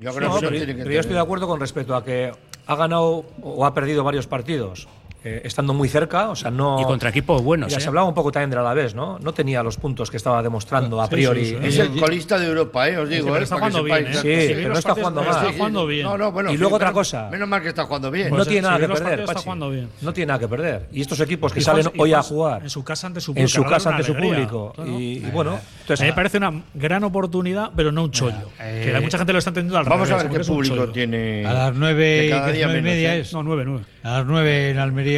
S1: Yo creo
S3: No,
S1: que
S3: pero,
S1: tiene que
S3: pero yo estoy de
S1: tener.
S3: acuerdo con respecto a que ha ganado o ha perdido varios partidos eh, estando muy cerca, o sea, no.
S4: Y contra equipos buenos,
S3: Mira,
S4: ¿eh?
S3: se hablaba un poco también del Alavés, ¿no? No tenía los puntos que estaba demostrando a priori.
S5: sí, sí.
S1: Es el colista de Europa, eh, os digo.
S5: pero
S1: eh,
S5: está
S1: para que
S5: jugando bien,
S1: sepáis.
S5: ¿eh?
S3: Sí,
S5: Si
S3: pero
S5: vi
S3: no
S5: los
S3: está
S5: partidos,
S3: jugando
S5: Está
S3: mal.
S5: jugando bien.
S1: No, no, bueno,
S3: Y luego
S1: sí,
S3: otra
S1: menos-
S3: cosa.
S1: Menos mal que está jugando bien.
S3: Eh,
S5: Pues
S3: no tiene
S5: si
S3: nada
S5: ves
S3: que
S5: los
S3: perder,
S5: partidos, está
S3: Pachi.
S5: jugando bien.
S3: No tiene nada que perder. Y estos equipos que
S5: Y
S3: salen
S5: juegan- y
S3: hoy a
S5: juegan
S3: jugar
S5: en su casa ante su
S3: en
S5: público,
S3: su
S5: a dar
S3: casa
S5: una
S3: ante su
S5: alegría,
S3: público
S5: claro. Eh,
S3: y, y bueno,
S5: A
S3: entonces
S5: mí me parece una gran oportunidad, pero no un chollo.
S2: eh,
S5: que la- mucha gente lo está entendiendo al
S1: Vamos
S5: revés,
S1: a ver
S5: como
S1: qué
S5: que es un
S1: público
S5: chollo.
S1: tiene.
S2: A las nueve
S1: que
S2: y
S1: cada día
S2: diecinueve y
S1: menos,
S2: media
S1: ¿eh?
S2: es.
S5: No, 9-9.
S2: A las 9 en Almería.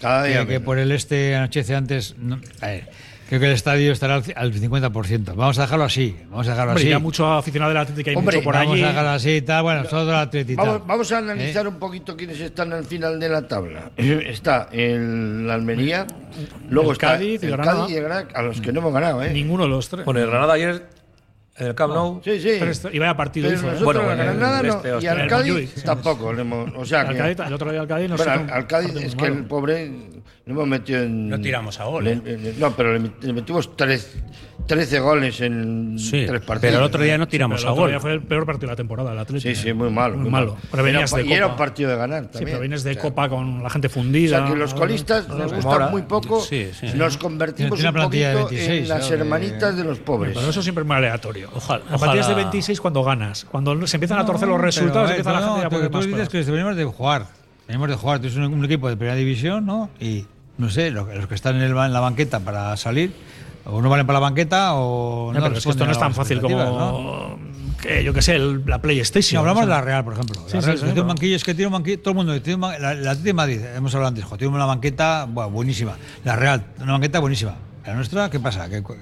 S1: Cada día
S2: que, que
S1: menos.
S2: por el este anochece antes. no, a ver, creo que el estadio estará al, al 50%. Vamos a dejarlo así. Vamos a dejarlo
S5: Hombre,
S2: así.
S5: ya mucho aficionado de la Atlética y
S1: Hombre,
S5: mucho por
S2: vamos
S5: allí.
S2: a dejarlo así y tal. Bueno, todo el atletita.
S1: Vamos, vamos a analizar un poquito quiénes están al final de la tabla. Está el Almería, luego
S5: El
S1: está
S5: Cádiz y
S1: el
S5: Granada.
S1: Cádiz y el Granada, a los que no hemos ganado, ¿eh?
S5: Ninguno de los tres.
S3: bueno, el Granada ayer en el Camp Nou
S1: Sí, sí.
S5: Pero esto- y vaya partido
S1: Pero
S5: hizo, ¿eh?
S1: nosotros
S3: Bueno,
S1: a
S3: bueno,
S1: Granada
S3: el
S1: no,
S3: este,
S1: y
S3: hostia,
S1: al
S5: el
S1: Cádiz
S5: Montjuic.
S1: tampoco le hemos, o sea
S5: Al
S1: que-
S5: Cádiz- el otro día al Cádiz nos
S1: Bueno,
S5: hizo
S1: al,
S5: un
S1: al Cádiz
S5: partido
S1: es
S5: muy
S1: que
S5: malo.
S1: el pobre le hemos metido en.
S4: No tiramos a gol.
S1: Le- le- no, pero le, met- le metimos tres- 13 goles en
S4: Sí,
S1: tres partidos.
S4: pero el otro día no tiramos
S5: Pero el
S4: a
S5: otro
S4: gol.
S5: día fue el peor partido de la temporada, el
S1: Sí,
S5: Atlético.
S1: sí, muy malo.
S5: Muy malo.
S1: Era
S5: Pero venías
S1: un pa-
S5: de
S1: y era
S5: Copa.
S1: un partido de ganar también.
S5: pero vienes de
S1: O sea,
S5: Copa con la gente
S1: O
S5: fundida.
S1: sea, que los colistas nos
S3: como
S1: gustan
S3: ahora.
S1: muy poco.
S4: Sí, sí.
S1: Nos convertimos
S2: Tiene
S1: un
S2: una plantilla de
S1: poquito
S2: 26,
S1: en las
S2: ¿no?
S1: hermanitas de los pobres.
S5: Pero eso siempre es muy aleatorio.
S4: Ojalá-
S5: A partir de
S4: ojalá-
S5: 26 cuando ganas. Cuando se empiezan a torcer los
S2: Pero,
S5: resultados,
S2: eh,
S5: empieza la
S2: no,
S5: gente a
S2: tú-
S5: poner
S2: Tú
S5: más
S2: dices
S5: pegas.
S2: que venimos de jugar. Venimos de jugar. Tú eres un, un equipo de primera división, ¿no? Y no sé, lo- los que están en, el ba- en la banqueta para salir, o no valen para la banqueta, o
S5: Ya,
S2: no.
S5: pero es que esto
S2: responden
S5: no
S2: a
S5: es tan
S2: las
S5: fácil como.
S2: expectativas, ¿no?
S5: que, yo que sé, el- la PlayStation.
S2: Si hablamos
S5: o
S2: de
S5: sea.
S2: la Real, por ejemplo. La
S5: Sí, sí,
S2: Real,
S5: sí,
S2: que tiene
S5: claro.
S2: un banquillo, es que tiene un banquillo, todo el mundo. Tiene un ban- la, la Atleti de Madrid, hemos hablado antes, jo, tiene una banqueta buah, buenísima. La Real, una banqueta buenísima. La nuestra, ¿qué pasa? Que, cu-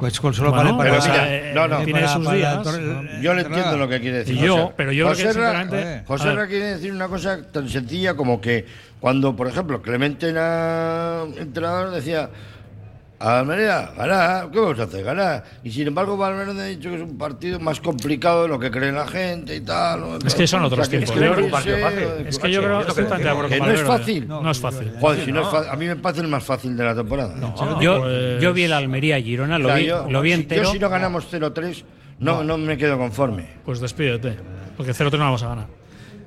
S2: que solo vale
S5: Bueno,
S2: para,
S1: pero mira,
S2: para-
S1: no, no.
S5: tiene sus días,
S2: la torre-
S5: ¿no?
S1: Yo le entiendo lo que quiere decir.
S5: Y yo,
S1: José.
S5: pero yo creo que
S1: José Ra-
S2: Eh.
S5: sinceramente-
S1: José
S5: a ver.
S1: Ra quiere decir una cosa tan sencilla como que cuando, por ejemplo, Clemente era entrenador, decía: Almería, ganar, ¿qué vamos a hacer? Ganar. Y sin embargo, Valverde ha dicho que es un partido más complicado de lo que cree la gente y tal.
S5: Es que son otros tiempos.
S1: que
S5: Yo
S1: no
S5: creo-
S1: puede ser,
S5: Es que yo creo
S1: que
S5: estoy totalmente de acuerdo
S1: que
S5: con
S1: no es
S5: Valverde.
S1: fácil.
S5: No es fácil.
S1: Joder, si no es fa- a mí me parece el más fácil de la temporada.
S4: yo,
S5: pues,
S4: yo vi el Almería Girona, lo
S1: O sea,
S4: vi,
S1: yo,
S4: lo vi
S1: si-
S4: entero.
S1: yo si no ganamos 0-3, no, no me quedo conforme.
S5: Pues despídete, porque 0-3 no vamos a ganar.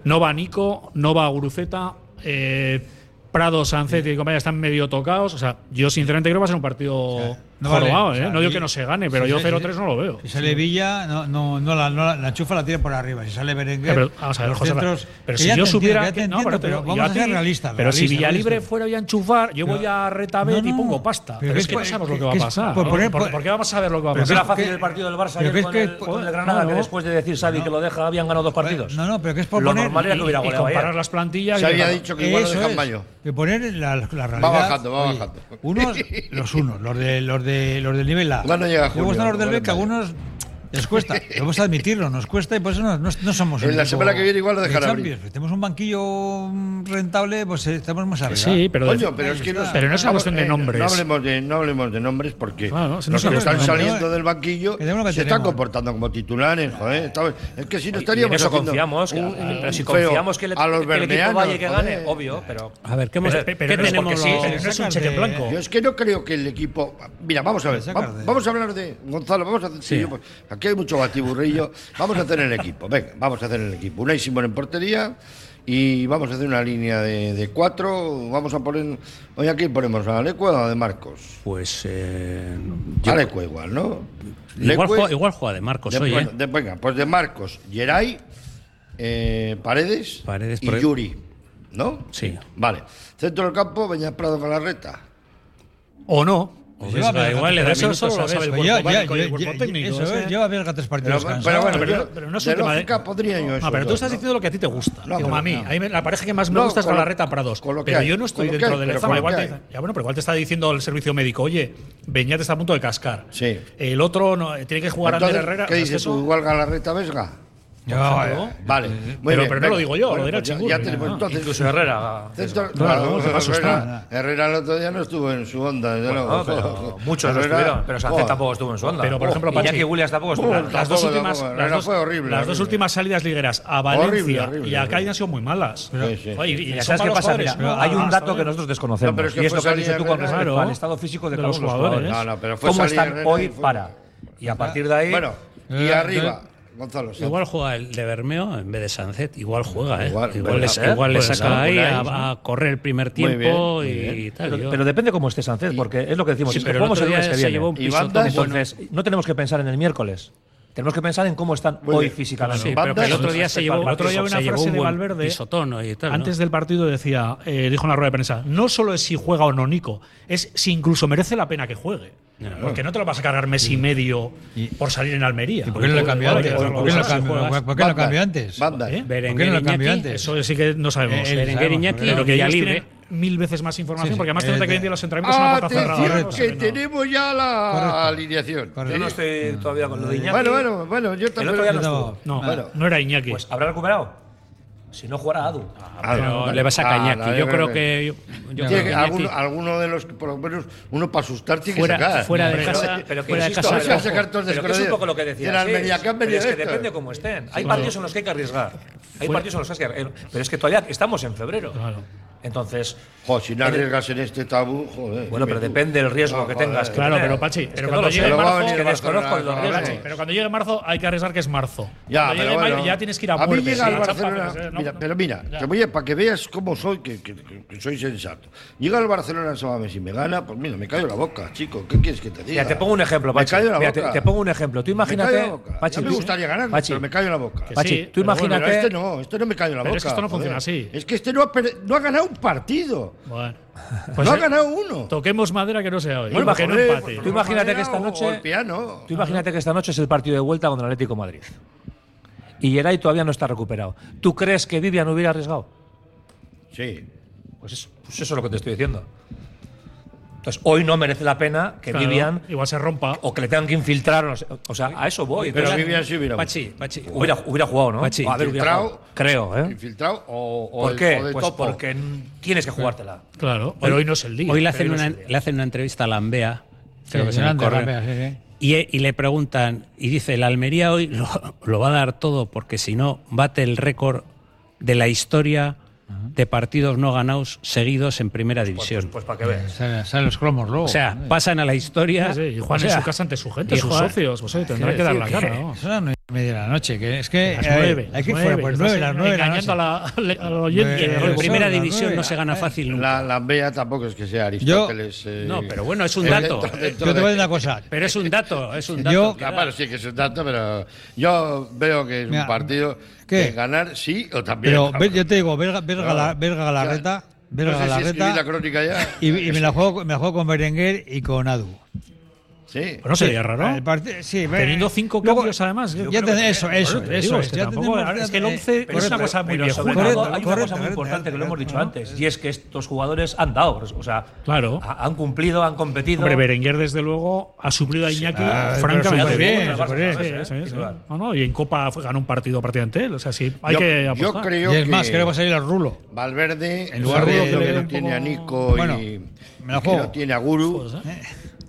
S5: No va Nico, no va Guruceta, eh, Prado, Sancetti y compañía están medio tocados. O sea, yo sinceramente creo que va a ser un partido
S2: No vale,
S5: jorobado,
S2: o sea,
S5: ¿eh? No digo
S2: y-
S5: que no se gane, pero
S2: si
S5: yo
S2: sale-
S5: 0-3 no lo veo.
S2: Si sale Villa, no, no, no, la, no la, la chufa la tira por arriba. Si sale Berenguer,
S5: Eh, pero, vamos a ver,
S2: los
S5: José,
S2: centros-
S5: pero
S2: que
S5: si
S2: ya
S5: yo
S2: te
S5: supiera
S2: entiendo, ya te
S5: que- no,
S2: entiendo,
S5: pero te
S2: pero
S5: lo digo
S2: vamos
S5: a
S2: a
S5: ti,
S2: ser realistas.
S5: Pero si
S2: realistas,
S5: Villalibre
S2: realistas.
S5: fuera hoy a enchufar, yo voy a Retabet
S2: No,
S5: y
S2: no,
S5: pongo pasta. Pero,
S2: que
S5: es que no
S2: es-
S5: sabemos lo que va a
S2: que es-
S5: pasar.
S2: por
S5: ¿no?
S2: poner-
S5: ¿Por, por qué vamos a ver lo que va a
S2: Pero que
S3: Pero
S2: es-
S5: pasar?
S3: era fácil
S2: que-
S3: el partido del Barça
S2: pero
S3: ayer
S2: que es
S3: con,
S2: que-
S3: el, con el Granada,
S2: claro.
S3: que después de decir Xavi que lo deja, habían ganado dos partidos.
S2: Pues, No, no, pero que es por
S3: lo
S2: poner.
S3: normal era que hubiera
S5: y
S3: goleado
S5: comparar
S3: ayer.
S5: las plantillas.
S1: Se
S5: y-
S1: había dicho que igual lo
S2: Eso
S1: dejan
S2: es,
S1: mayo.
S2: Que poner la, la realidad.
S1: bajando, va bajando.
S2: Unos, los unos, los, de, los, de, los del nivel A.
S1: Cuando llega
S2: Luego
S1: julio,
S2: están los del B, que
S1: igual en mayo.
S2: algunos les cuesta. Vamos a admitirlo, nos cuesta y por eso no, no- no somos.
S1: En
S2: el
S1: la
S2: equipo
S1: semana que viene igual lo
S2: de
S1: dejará
S2: Champions. Si Tenemos un banquillo mm, rentable, pues eh, estamos más arriba.
S5: Sí, pero. de-
S1: Coño, pero es que no,
S5: Pero no es una cuestión de
S1: eh, no-
S5: nombres.
S1: No hablemos de, no hablemos de nombres porque
S5: Claro, si no
S1: los que
S5: sabemos
S1: están
S5: de nombres.
S1: saliendo del banquillo
S2: Que tenemos lo que
S1: se están
S2: tenemos.
S1: comportando como titulares. Joder, estamos- es que si no
S3: Y en
S1: estaríamos.
S3: eso
S1: haciendo
S3: confiamos. que-
S1: un- un
S3: pero si
S1: feo
S3: confiamos que, el-
S1: a los
S3: que el equipo
S1: bermeanos,
S3: vaya y que gane,
S1: joder.
S3: obvio, pero.
S4: A ver, ¿qué, hemos-
S3: Pero-
S4: qué
S5: pero no es
S4: tenemos?
S5: porque sí,
S4: los-
S5: pero no es un
S2: sacas
S5: cheque
S2: de-
S5: en blanco.
S1: Yo es que no creo que el equipo. Mira, vamos a ver.
S2: Sacas
S1: va-
S2: de-
S1: Vamos a hablar de Gonzalo. Vamos a hacer. sí, yo, pues, aquí hay mucho batiburrillo. Vamos a hacer el equipo. Venga, vamos a hacer el equipo. Una Simón en portería. Y vamos a hacer una línea de, de cuatro. Vamos a poner. Hoy aquí ponemos a Alecue o a De Marcos.
S4: Pues. eh,
S5: Ah,
S4: yo-
S1: Alecue pues igual, ¿no?
S4: igual,
S1: Leque-
S4: juega, igual juega de Marcos
S1: de,
S4: hoy,
S1: bueno,
S4: ¿eh?
S1: de- venga, pues de Marcos, Geray, eh, Paredes,
S4: Paredes,
S1: y
S4: porque-
S1: Yuri. ¿No?
S4: Sí.
S1: Vale. Centro del campo, Beñas Prado con la reta.
S5: O no.
S4: Pues va, pero igual le da
S5: Eso
S4: minutos,
S5: solo lo
S4: ¿sabes?
S5: sabe el
S2: Pero Pues
S5: cuerpo
S2: ya- ya-
S5: médico y el
S2: ya-
S5: cuerpo
S2: ya-
S5: técnico,
S2: Eso
S5: ese.
S2: es, lleva bien tres
S1: Pero,
S2: partidos
S1: pero
S2: cansados.
S1: bueno,
S5: pero
S1: yo-
S5: no- pero no es
S1: de
S5: un tema de-
S1: lógica podría yo eso.
S5: Ah, pero tú
S1: yo,
S5: estás
S1: ¿no?
S5: diciendo lo que a ti te gusta.
S1: No,
S5: Digo,
S1: pero
S5: a mí,
S1: no.
S5: a mí me- la pareja que más me
S1: No,
S5: gusta es
S1: con lo-
S5: Galarreta Prados.
S1: con lo que
S5: Pero
S1: hay,
S5: yo no
S1: con
S5: estoy
S1: lo que
S5: dentro
S1: hay,
S5: del
S1: pero
S5: Lezama.
S1: con lo
S5: Igual
S1: que
S5: te-
S1: hay.
S5: ya bueno, pero igual te está diciendo el servicio médico, oye, Beñat está a punto de cascar.
S1: Sí.
S5: El otro no, eh, tiene que jugar Ander
S1: Entonces,
S5: Herrera.
S1: ¿Qué
S5: Es que
S1: dices
S5: eso-
S1: tú? ¿Igual Galarreta Vesga?
S2: Ya,
S5: ejemplo.
S2: eh.
S1: Vale. muy
S5: pero-
S1: bien,
S5: pero no
S1: venga.
S5: lo digo yo, lo dirá
S1: pues ya-
S5: Chingurri,
S1: Ya
S5: nada.
S1: tenemos entonces.
S3: Incluso Herrera.
S1: Centro-
S5: ah, Claro,
S1: claro,
S5: se va a asustar.
S1: Herrera, Herrera el otro día no estuvo en su onda. desde
S3: No,
S1: luego.
S3: pero muchos lo
S1: Herrera,
S3: estuvieron. Pero Sánchez
S1: joder.
S3: tampoco estuvo en su onda.
S5: Pero, por ejemplo,
S3: y
S5: Pachi-
S3: Jackie Williams tampoco estuvo.
S1: Oh,
S3: en la-
S5: Pues, Las dos
S1: Tampoco,
S5: últimas,
S1: tampoco,
S5: las
S1: no,
S5: dos,
S1: fue horrible,
S5: las dos
S1: horrible.
S5: últimas salidas ligueras a
S1: Horrible,
S5: Valencia
S1: horrible,
S5: y a Cádiz
S1: horrible.
S5: han sido muy malas.
S1: Sí, sí.
S5: Oye, y
S3: Mira,
S5: son
S3: ¿Sabes qué
S5: malos
S3: pasa?
S5: jugadores.
S3: Mira,
S5: No,
S3: hay un
S5: ah,
S3: dato
S5: está
S3: que
S5: bien.
S3: nosotros desconocemos.
S1: No, pero es que
S3: y esto
S1: fue
S3: que has dicho tú
S1: Salinas
S3: con
S1: Herrera,
S3: respecto
S5: claro.
S3: al estado físico de,
S5: De
S3: cada
S5: los
S3: uno de los
S5: jugadores.
S3: jugadores.
S1: No, no, pero fue
S3: ¿Cómo
S1: Salinas
S3: están
S1: Herrera y
S3: hoy
S1: fue-
S3: para? Y a partir de ahí.
S1: Bueno, y
S2: Eh,
S1: arriba, Gonzalo. Sanz.
S4: Igual juega el de Bermeo en vez de Sancet. Igual juega, ¿eh?
S1: Igual,
S4: Igual,
S1: ¿verdad?
S4: le,
S1: ¿Eh?
S4: igual le
S1: Puede
S4: saca
S1: ser,
S4: ahí
S1: por
S4: a,
S1: ahí,
S4: a correr el primer
S1: Muy
S4: tiempo
S1: bien, muy
S4: y
S1: bien.
S4: tal.
S3: Pero,
S4: yo-
S3: pero depende cómo esté Sancet, porque es lo que decimos
S4: Sí,
S3: siempre.
S4: pero el
S3: ¿Cómo
S4: otro
S3: se,
S4: día
S3: que
S4: se
S3: viene?
S4: llevó un
S1: Y bandas,
S4: pisotón.
S3: Entonces, no tenemos que pensar en el miércoles. Tenemos que pensar en cómo están
S1: Muy
S3: hoy
S1: bien.
S3: físicamente.
S4: Sí,
S1: Bandas,
S4: pero que el otro día se llevó,
S5: El otro día una
S4: se llevó
S5: frase
S4: un
S5: de
S4: buen
S5: Valverde, ¿eh?
S4: pisotón y tal. ¿no?
S5: Antes del partido decía, eh, dijo en la rueda de prensa, no solo es si juega o no Nico, es si incluso merece la pena que juegue. Porque no te lo vas a cargar mes y medio por salir en Almería.
S2: ¿Por qué no lo cambió
S5: Igual hay que
S2: antes?
S5: hacerlo
S2: ¿Por qué no lo
S5: si
S2: cambió-
S5: juegas.
S2: por qué no lo
S1: Bandas,
S2: cambió antes?
S1: Bandas.
S5: ¿Eh?
S2: ¿Por qué no lo cambió
S4: Iñaki,
S2: antes?
S5: Eso sí que no sabemos.
S2: Eh,
S4: Berenguer
S2: sabemos,
S4: Iñaki
S2: pero
S4: y
S5: Pero que ellos
S4: Villalibre.
S5: tienen mil veces más información,
S2: Sí, sí.
S5: porque además
S2: Eh,
S5: no te
S2: de-
S5: creen de los entrenamientos una puerta
S1: Atención,
S5: cerrada.
S2: Correcto.
S1: Ah, que
S5: No,
S1: tenemos ya la
S2: Correcto.
S1: alineación.
S2: Correcto.
S3: Yo no
S1: Sí.
S3: estoy todavía con lo de Iñaki.
S1: Bueno, bueno, bueno, yo
S3: El otro día
S1: también.
S3: no estuvo.
S5: No,
S1: Bueno.
S5: no era Iñaki.
S3: Pues habrá recuperado. Si no jugará Adu.
S1: Ah,
S4: Pero
S1: no,
S4: le vas a
S1: ah,
S4: Cañaki.
S1: la-
S4: yo creo que. Yo, yo creo
S1: Tiene
S4: que
S1: que-
S4: Iñaki
S1: alguno, alguno de los que, por lo menos, uno para asustar tiene
S4: Fuera-
S1: que sacar. eh,
S4: fuera de
S1: Pero-
S4: casa-
S3: eh,
S1: pero que
S4: fuera de
S1: insisto,
S4: casa,
S1: es que
S4: ojo,
S1: sacar todos
S3: Pero que es un
S1: desconocidos.
S3: poco lo que decía.
S1: Del Almería, que han
S3: pero
S1: venido
S3: es que
S1: estos.
S3: depende cómo estén. Hay partidos en los que hay que arriesgar. Hay partidos en los que hay que arriesgar. Pero es que todavía estamos en febrero. Entonces,
S1: Jo, si no arriesgas en este tabú, joder.
S3: bueno,
S1: dime
S3: pero
S1: tú.
S3: depende del riesgo
S1: No,
S3: que
S1: joder.
S3: tengas. que
S5: Claro,
S3: tener.
S5: pero Pachi,
S3: Es que no
S5: pero cuando
S3: lo sé,
S5: llegue
S1: Pero va a
S5: marzo,
S1: venir
S3: que desconozco
S1: Barcelona,
S3: los
S1: no,
S3: riesgos.
S1: Pachi.
S5: Pero cuando llegue marzo hay que arriesgar que es marzo.
S1: Ya,
S5: cuando
S1: pero
S5: llegue
S1: bueno.
S5: mayo ya tienes que ir a,
S1: a mí
S5: muerte,
S1: llega
S5: sí,
S1: el
S5: chapa,
S1: Barcelona.
S5: pero, eh, no-
S1: mira,
S5: no-
S1: pero mira,
S5: Ya.
S1: te voy a, para que veas cómo soy, que, que- que- que soy sensato. Llega el Barcelona en Samamés y me gana, pues mira, me callo la boca, chico. ¿Qué quieres que te diga?
S3: Mira, te pongo un ejemplo,
S1: Me
S3: Pachi.
S1: callo la
S3: Mira, te,
S1: boca.
S3: te pongo un ejemplo. Tú
S1: Me callo la
S3: imagínate.
S1: boca.
S3: Pachi,
S1: Ya me
S3: tú-
S1: gustaría ganar,
S3: Pachi,
S1: pero me callo la boca.
S5: Que
S3: Pachi,
S5: sí,
S3: tú
S5: pero bueno,
S1: Pero
S3: imagínate.
S1: este no, este no me callo la boca.
S5: Pero es que esto no funciona
S1: joder.
S5: así.
S1: Es que este no ha, per- no ha ganado un partido.
S5: Bueno,
S1: Pues
S5: pues
S1: no ha
S5: eh,
S1: ganado uno.
S5: toquemos madera que no sea hoy.
S1: Bueno,
S5: que no
S1: joder,
S5: empate.
S1: pues,
S3: Tú imagínate que
S1: Madera
S3: esta
S1: o-
S3: noche-
S1: o el piano.
S3: Tú imagínate que esta noche es el partido de vuelta contra el Atlético de Madrid. Y Geray todavía no está recuperado. ¿Tú crees que Vivian hubiera arriesgado?
S1: Sí.
S3: Pues, es- pues eso es lo que te estoy diciendo. Entonces, hoy no merece la pena que
S5: Claro,
S3: Vivian
S5: Igual se rompa.
S3: o que le tengan que infiltrar. no sé. o sea, a eso voy.
S1: Pero
S3: Entonces,
S1: Vivian sí hubiera
S4: Pachi, Pachi.
S3: hubiera, hubiera jugado, ¿no?
S4: Pachi,
S3: O a ver, hubiera
S1: infiltrado.
S3: jugado. Creo, ¿eh?
S1: infiltrado o, o
S3: ¿Por
S1: de-
S3: qué?
S1: o de
S3: Pues
S1: topo.
S3: porque n- tienes que jugártela.
S5: Claro, pero hoy no es el día.
S4: Hoy le
S5: Pero
S4: hacen,
S5: no es
S4: una,
S5: el día.
S4: le hacen una entrevista a Lambea
S2: Sí,
S4: creo que es en el
S2: grande,
S4: correo.
S2: grande, sí, sí.
S4: Y, eh, y le preguntan, y dice, el Almería hoy lo, lo va a dar todo porque si no bate el récord de la historia de partidos no ganados seguidos en primera división.
S3: Pues para que veas.
S2: Salen, salen los cromos luego.
S4: o sea, pasan a la historia.
S5: pues, Sí, sí, y
S4: o
S5: Juan en
S4: sea,
S5: su casa ante su gente,
S4: y
S5: sus
S4: Juan-
S5: socios. Pues oye, tendrá
S4: quiero
S5: que dar la
S4: decir
S5: cara,
S4: que-
S5: ¿no?
S2: Son las nueve y media de la noche, que es que
S5: Las
S2: eh,
S5: nueve.
S2: hay
S5: las
S2: que ir fuera
S5: nueve,
S2: por las
S5: estás
S2: nueve, las nueve de la
S5: Engañando a
S2: noche.
S5: la- pues, al al oyente.
S2: Eh,
S5: Roy
S4: en
S2: Son
S4: primera
S2: las
S4: división
S2: nueve,
S4: no se gana
S2: eh.
S4: fácil nunca.
S1: La, la Brea tampoco es que sea Aristóteles. eh,
S4: No, pero bueno, es un
S1: eh,
S4: dato.
S1: dentro- dentro
S2: Yo te voy a
S1: de-
S2: decir una cosa.
S5: eh,
S4: Pero es un dato, es un
S2: Yo-
S4: dato. que
S1: Ah,
S4: da.
S1: bueno, sí que es un dato, pero yo veo que es
S2: Mira,
S1: un partido
S2: ¿qué?
S1: de ganar sí o también.
S2: Pero
S1: cabrón.
S2: ve- yo te digo, verga, verga,
S1: Claro.
S2: la, verga Galarreta, verga
S1: no sé si
S2: Galarreta,
S1: escribí la crónica ya.
S2: y, y me, la juego, me la juego con Berenguer y con Adu.
S1: Sí.
S5: Bueno, sería
S2: El
S5: raro.
S2: parti- sí, ve-
S5: Teniendo cinco
S2: luego-
S5: cambios, además. yo
S2: ya
S5: creo
S2: ten-
S5: que-
S2: eso, eso,
S5: Bueno, te
S2: eso
S5: digo,
S2: es,
S5: Es que
S2: ya
S5: tampoco-
S2: tenemos-
S5: es que el
S2: eh,
S5: 11
S2: pero
S5: es una
S2: correcto,
S5: cosa muy
S3: Pero
S5: vieja.
S3: sobre
S2: Correcto,
S3: todo, hay una
S2: correcto,
S3: cosa muy
S2: correcto,
S3: importante que lo hemos
S2: correcto,
S3: dicho
S2: correcto.
S3: antes, y es que estos jugadores han dado, o sea,
S5: Claro.
S3: ha- han cumplido, han competido.
S5: Hombre, Berenguer, desde luego, ha suplido a Iñaki
S2: Ah,
S5: francamente.
S2: pero
S5: bien.
S2: súper bien, súper bien.
S5: Sí, sí, sí. No, no, y en Copa fue- ganó un partido prácticamente él. O sea, sí, hay
S1: yo,
S5: que
S1: yo
S5: apostar.
S1: creo
S2: Y es
S1: que
S2: más, creo que va a salir el rulo.
S1: Valverde,
S2: En lugar de-
S1: seguro que
S2: le-
S1: no tiene a Nico
S2: Bueno,
S1: y,
S2: me la
S1: y que
S2: juego.
S1: no tiene a Guru,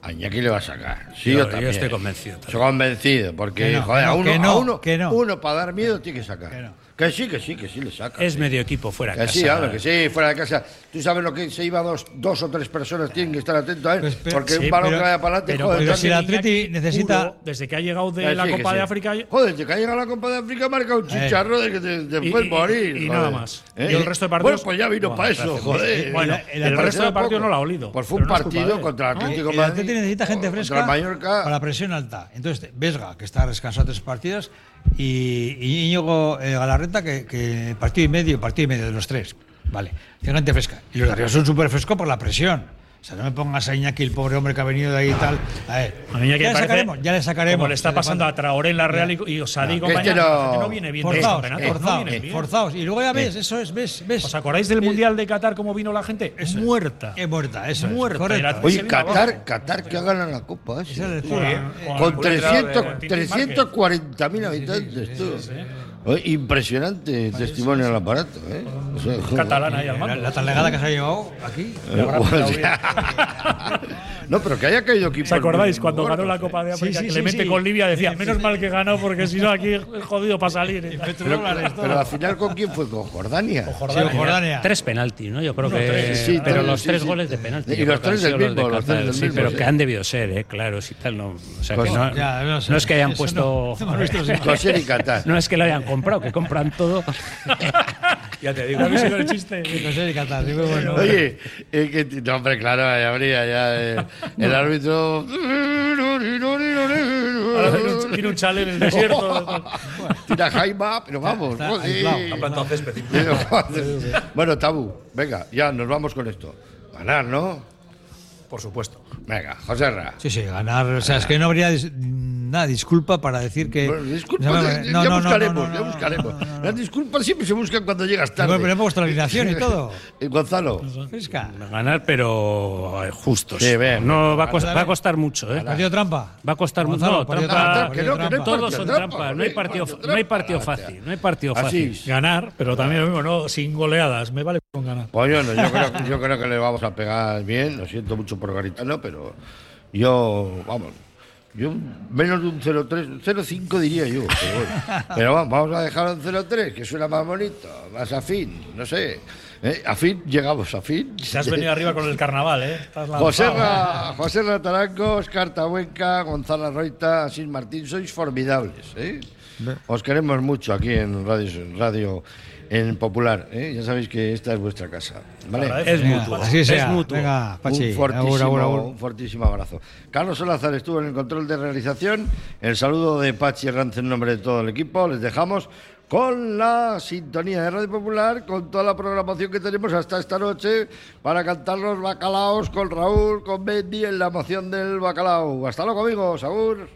S1: a Iñaki le va a sacar. Sí,
S4: Yo-
S1: yo,
S4: yo
S1: también.
S4: estoy convencido también.
S1: Estoy convencido, porque
S2: Que no, que
S1: joder, a
S2: no,
S1: uno,
S2: que no,
S1: a uno,
S2: que no.
S1: uno para dar miedo tiene que sacar.
S2: Que
S1: Que,
S2: no.
S1: sí, que sí, que sí le saca.
S4: Es
S1: sí.
S4: medio equipo fuera de
S1: Que
S4: casa.
S1: sí, ahora que sí, fuera de casa. Tú sabes lo que se iba dos, dos o tres personas, tienen que estar atentos a él.
S2: Pues, pero-
S1: porque
S2: sí,
S1: un balón
S2: pero-
S1: que vaya para adelante,
S2: pero-
S1: joder,
S2: pero
S1: ya
S2: si
S1: tiene-
S2: la
S5: Iñaki
S2: Atleti necesita-
S5: Puro, desde que ha llegado de
S1: Eh,
S5: la
S1: sí, que
S5: Copa de
S1: sí.
S5: África. y- Eh.
S1: Joder, te que ha llegado la Copa de África marca un chicharro de que te, te
S5: y-
S1: puedes
S5: y-
S1: morir.
S5: y
S1: joder.
S5: nada más.
S1: ¿Eh?
S5: Y el resto de partidos-
S1: Bueno, pues ya vino para eso, joder.
S5: Bueno,
S1: Eh,
S5: el-
S1: me
S5: el resto
S1: parece
S5: de partidos
S1: poco.
S5: no lo ha olido,
S1: Pues fue un
S5: pero no es culpa
S1: partido
S5: de él.
S1: contra el Atlético
S2: El
S1: Madrid,
S2: Atleti necesita gente
S1: o
S2: fresca
S1: Contra el Mallorca.
S2: para presión alta. Entonces, Vesga, que está descansado tres partidos, y y Íñigo eh, Galarreta, que, que partido y medio, partido y medio de los tres. Vale, tiene gente fresca. Y los de arriba son súper frescos por la presión. O sea, no me pongas a Iñaki, el pobre hombre que ha venido de ahí y tal. A ver,
S5: A mí ya que
S2: ya, le
S5: parece
S2: sacaremos, ya le sacaremos.
S5: Como le está
S2: Se
S5: pasando a
S2: levanta.
S5: Traoré en la Real y, y Osadí y
S1: Claro.
S5: compañía,
S1: Es que
S5: la
S1: no-
S5: gente no viene bien. de este
S2: Forzaos, eh,
S5: campeonato, no
S2: forzaos,
S5: viene bien.
S2: forzaos. Y luego ya ves, eso es, ves, ves.
S5: ¿Os acordáis del
S2: Eh,
S5: Mundial de Qatar cómo vino la gente? Muerta.
S2: Es Eh, muerta, eso
S5: Muerta,
S2: es. Correcto.
S5: era-
S1: Oye,
S5: Se vino
S1: Qatar,
S5: abajo.
S1: Qatar que ha ganado la Copa. ¿eh?
S2: Esa es
S1: Sí.
S2: decir, eh,
S5: Con-
S1: Con
S5: Con el
S1: 300
S5: entrenador de-
S1: 340.000 habitantes. tú. Oye, Impresionante testimonio al aparato. ¿eh? O sea, joder.
S5: Catalana ahí al
S2: la,
S5: mando.
S2: la tan legada que se ha llevado aquí.
S1: Eh, o sea, no, pero que haya caído equipo.
S5: ¿Os acordáis cuando ganó
S1: ¿eh?
S5: la Copa de
S2: Sí,
S5: África?
S2: sí,
S5: que
S2: sí,
S5: le mete
S2: sí.
S5: con Libia decía, menos mal que ganó porque si no aquí es jodido para salir. ¿eh? y tal.
S1: Pero, pero al final, ¿con quién fue? ¿Con Jordania?
S2: Jordania. Sí, Jordania.
S4: Tres penaltis, ¿no? Yo creo que.
S1: Sí, sí,
S4: pero
S1: tres,
S4: los
S1: sí,
S4: tres
S1: sí.
S4: goles de penalti.
S1: Y
S4: yo
S1: los
S4: creo que
S1: tres
S4: han
S1: del
S4: sido de
S1: mismo, los tres
S4: Qatar,
S1: del
S4: sí,
S1: mismo,
S4: pero
S1: sí.
S4: que han debido ser, ¿eh? Claro, si tal. No, o sea,
S1: Pues
S4: que no,
S2: ya, no
S4: no,
S2: sé.
S4: es que hayan
S2: Eso
S4: puesto.
S2: no.
S4: No,
S1: José y Qatar.
S4: es que lo hayan comprado, que compran todo.
S3: Ya te digo.
S5: ¿Habéis oído el chiste?
S2: No sé, ni cantar, digo, bueno.
S1: Oye, es que, no, hombre, claro, ya habría ya eh, el árbitro.
S5: Ahora tiene un- Tiene un chale en el desierto.
S1: Tira Jaima, pero vamos.
S2: Está
S1: joder.
S2: aislado. Ha
S3: plantado césped.
S1: Pero, joder. bueno, Tabú, venga, ya nos vamos con esto. Ganar, ¿no?
S3: Por supuesto.
S1: Venga, José Ra.
S2: Sí, sí, ganar. O sea, es que no habría dis- nada, disculpa para decir que.
S1: Bueno, disculpa,
S2: No, no,
S1: ya, ya
S2: no, no,
S1: buscaremos,
S2: no, no,
S1: ya
S2: no, no,
S1: buscaremos.
S2: no, no, no.
S1: Las disculpas siempre se buscan cuando llegas tarde.
S2: Bueno, pero hemos puesto la alineación y todo.
S1: Eh, Gonzalo,
S2: Fresca.
S4: Ganar, pero eh, justos.
S1: Sí, bien.
S4: no, va a, costar, va a costar mucho, ¿eh?
S2: Partido trampa.
S4: Va a costar mucho.
S2: Gonzalo,
S4: No,
S2: partido
S4: trampa-
S2: trampa,
S1: Ah, que no, que no hay
S2: partido trampa.
S1: partido
S4: Todos son eh,
S1: trampa,
S4: trampas.
S1: no
S4: No
S1: hay
S4: hay partido,
S1: partido
S4: no hay
S1: trampa,
S4: partido
S1: hostia.
S4: fácil. No hay partido
S1: Así.
S4: fácil.
S5: Ganar, pero también lo mismo, ¿no? Sin goleadas. Me vale con ganar.
S1: Pues yo, no, yo, creo, yo creo que le vamos a pegar bien. Lo siento mucho por Garitano, pero yo, vamos, yo menos de un 0-3, un 0-5 diría yo. Pero, bueno. Pero vamos, vamos a dejar un 0-3, que suena más bonito, más afín, no sé. Eh, A fin llegamos, a fin.
S5: Se has venido arriba con el carnaval, ¿eh? Estás lanzado.
S1: José, Ra, José Rataranco, Oscar Tahuenca, Gonzalo Roita, Asís Martín, sois formidables. ¿eh? Os queremos mucho aquí en Radio, en Radio en Popular. ¿eh? Ya sabéis que esta es vuestra casa. ¿vale?
S3: Es
S2: Venga,
S3: mutuo.
S2: Así sea.
S3: Es mutuo.
S2: Venga, Pachi.
S1: un, fortísimo,
S2: agur, agur, agur.
S1: un fortísimo abrazo. Carlos Solazar estuvo en el control de realización. El saludo de Pachi Herranz en nombre de todo el equipo. Les dejamos con la sintonía de Radio Popular, con toda la programación que tenemos hasta esta noche para cantar los bacalaos con Raúl, con Bendy en la moción del bacalao. Hasta luego, amigos. Agur.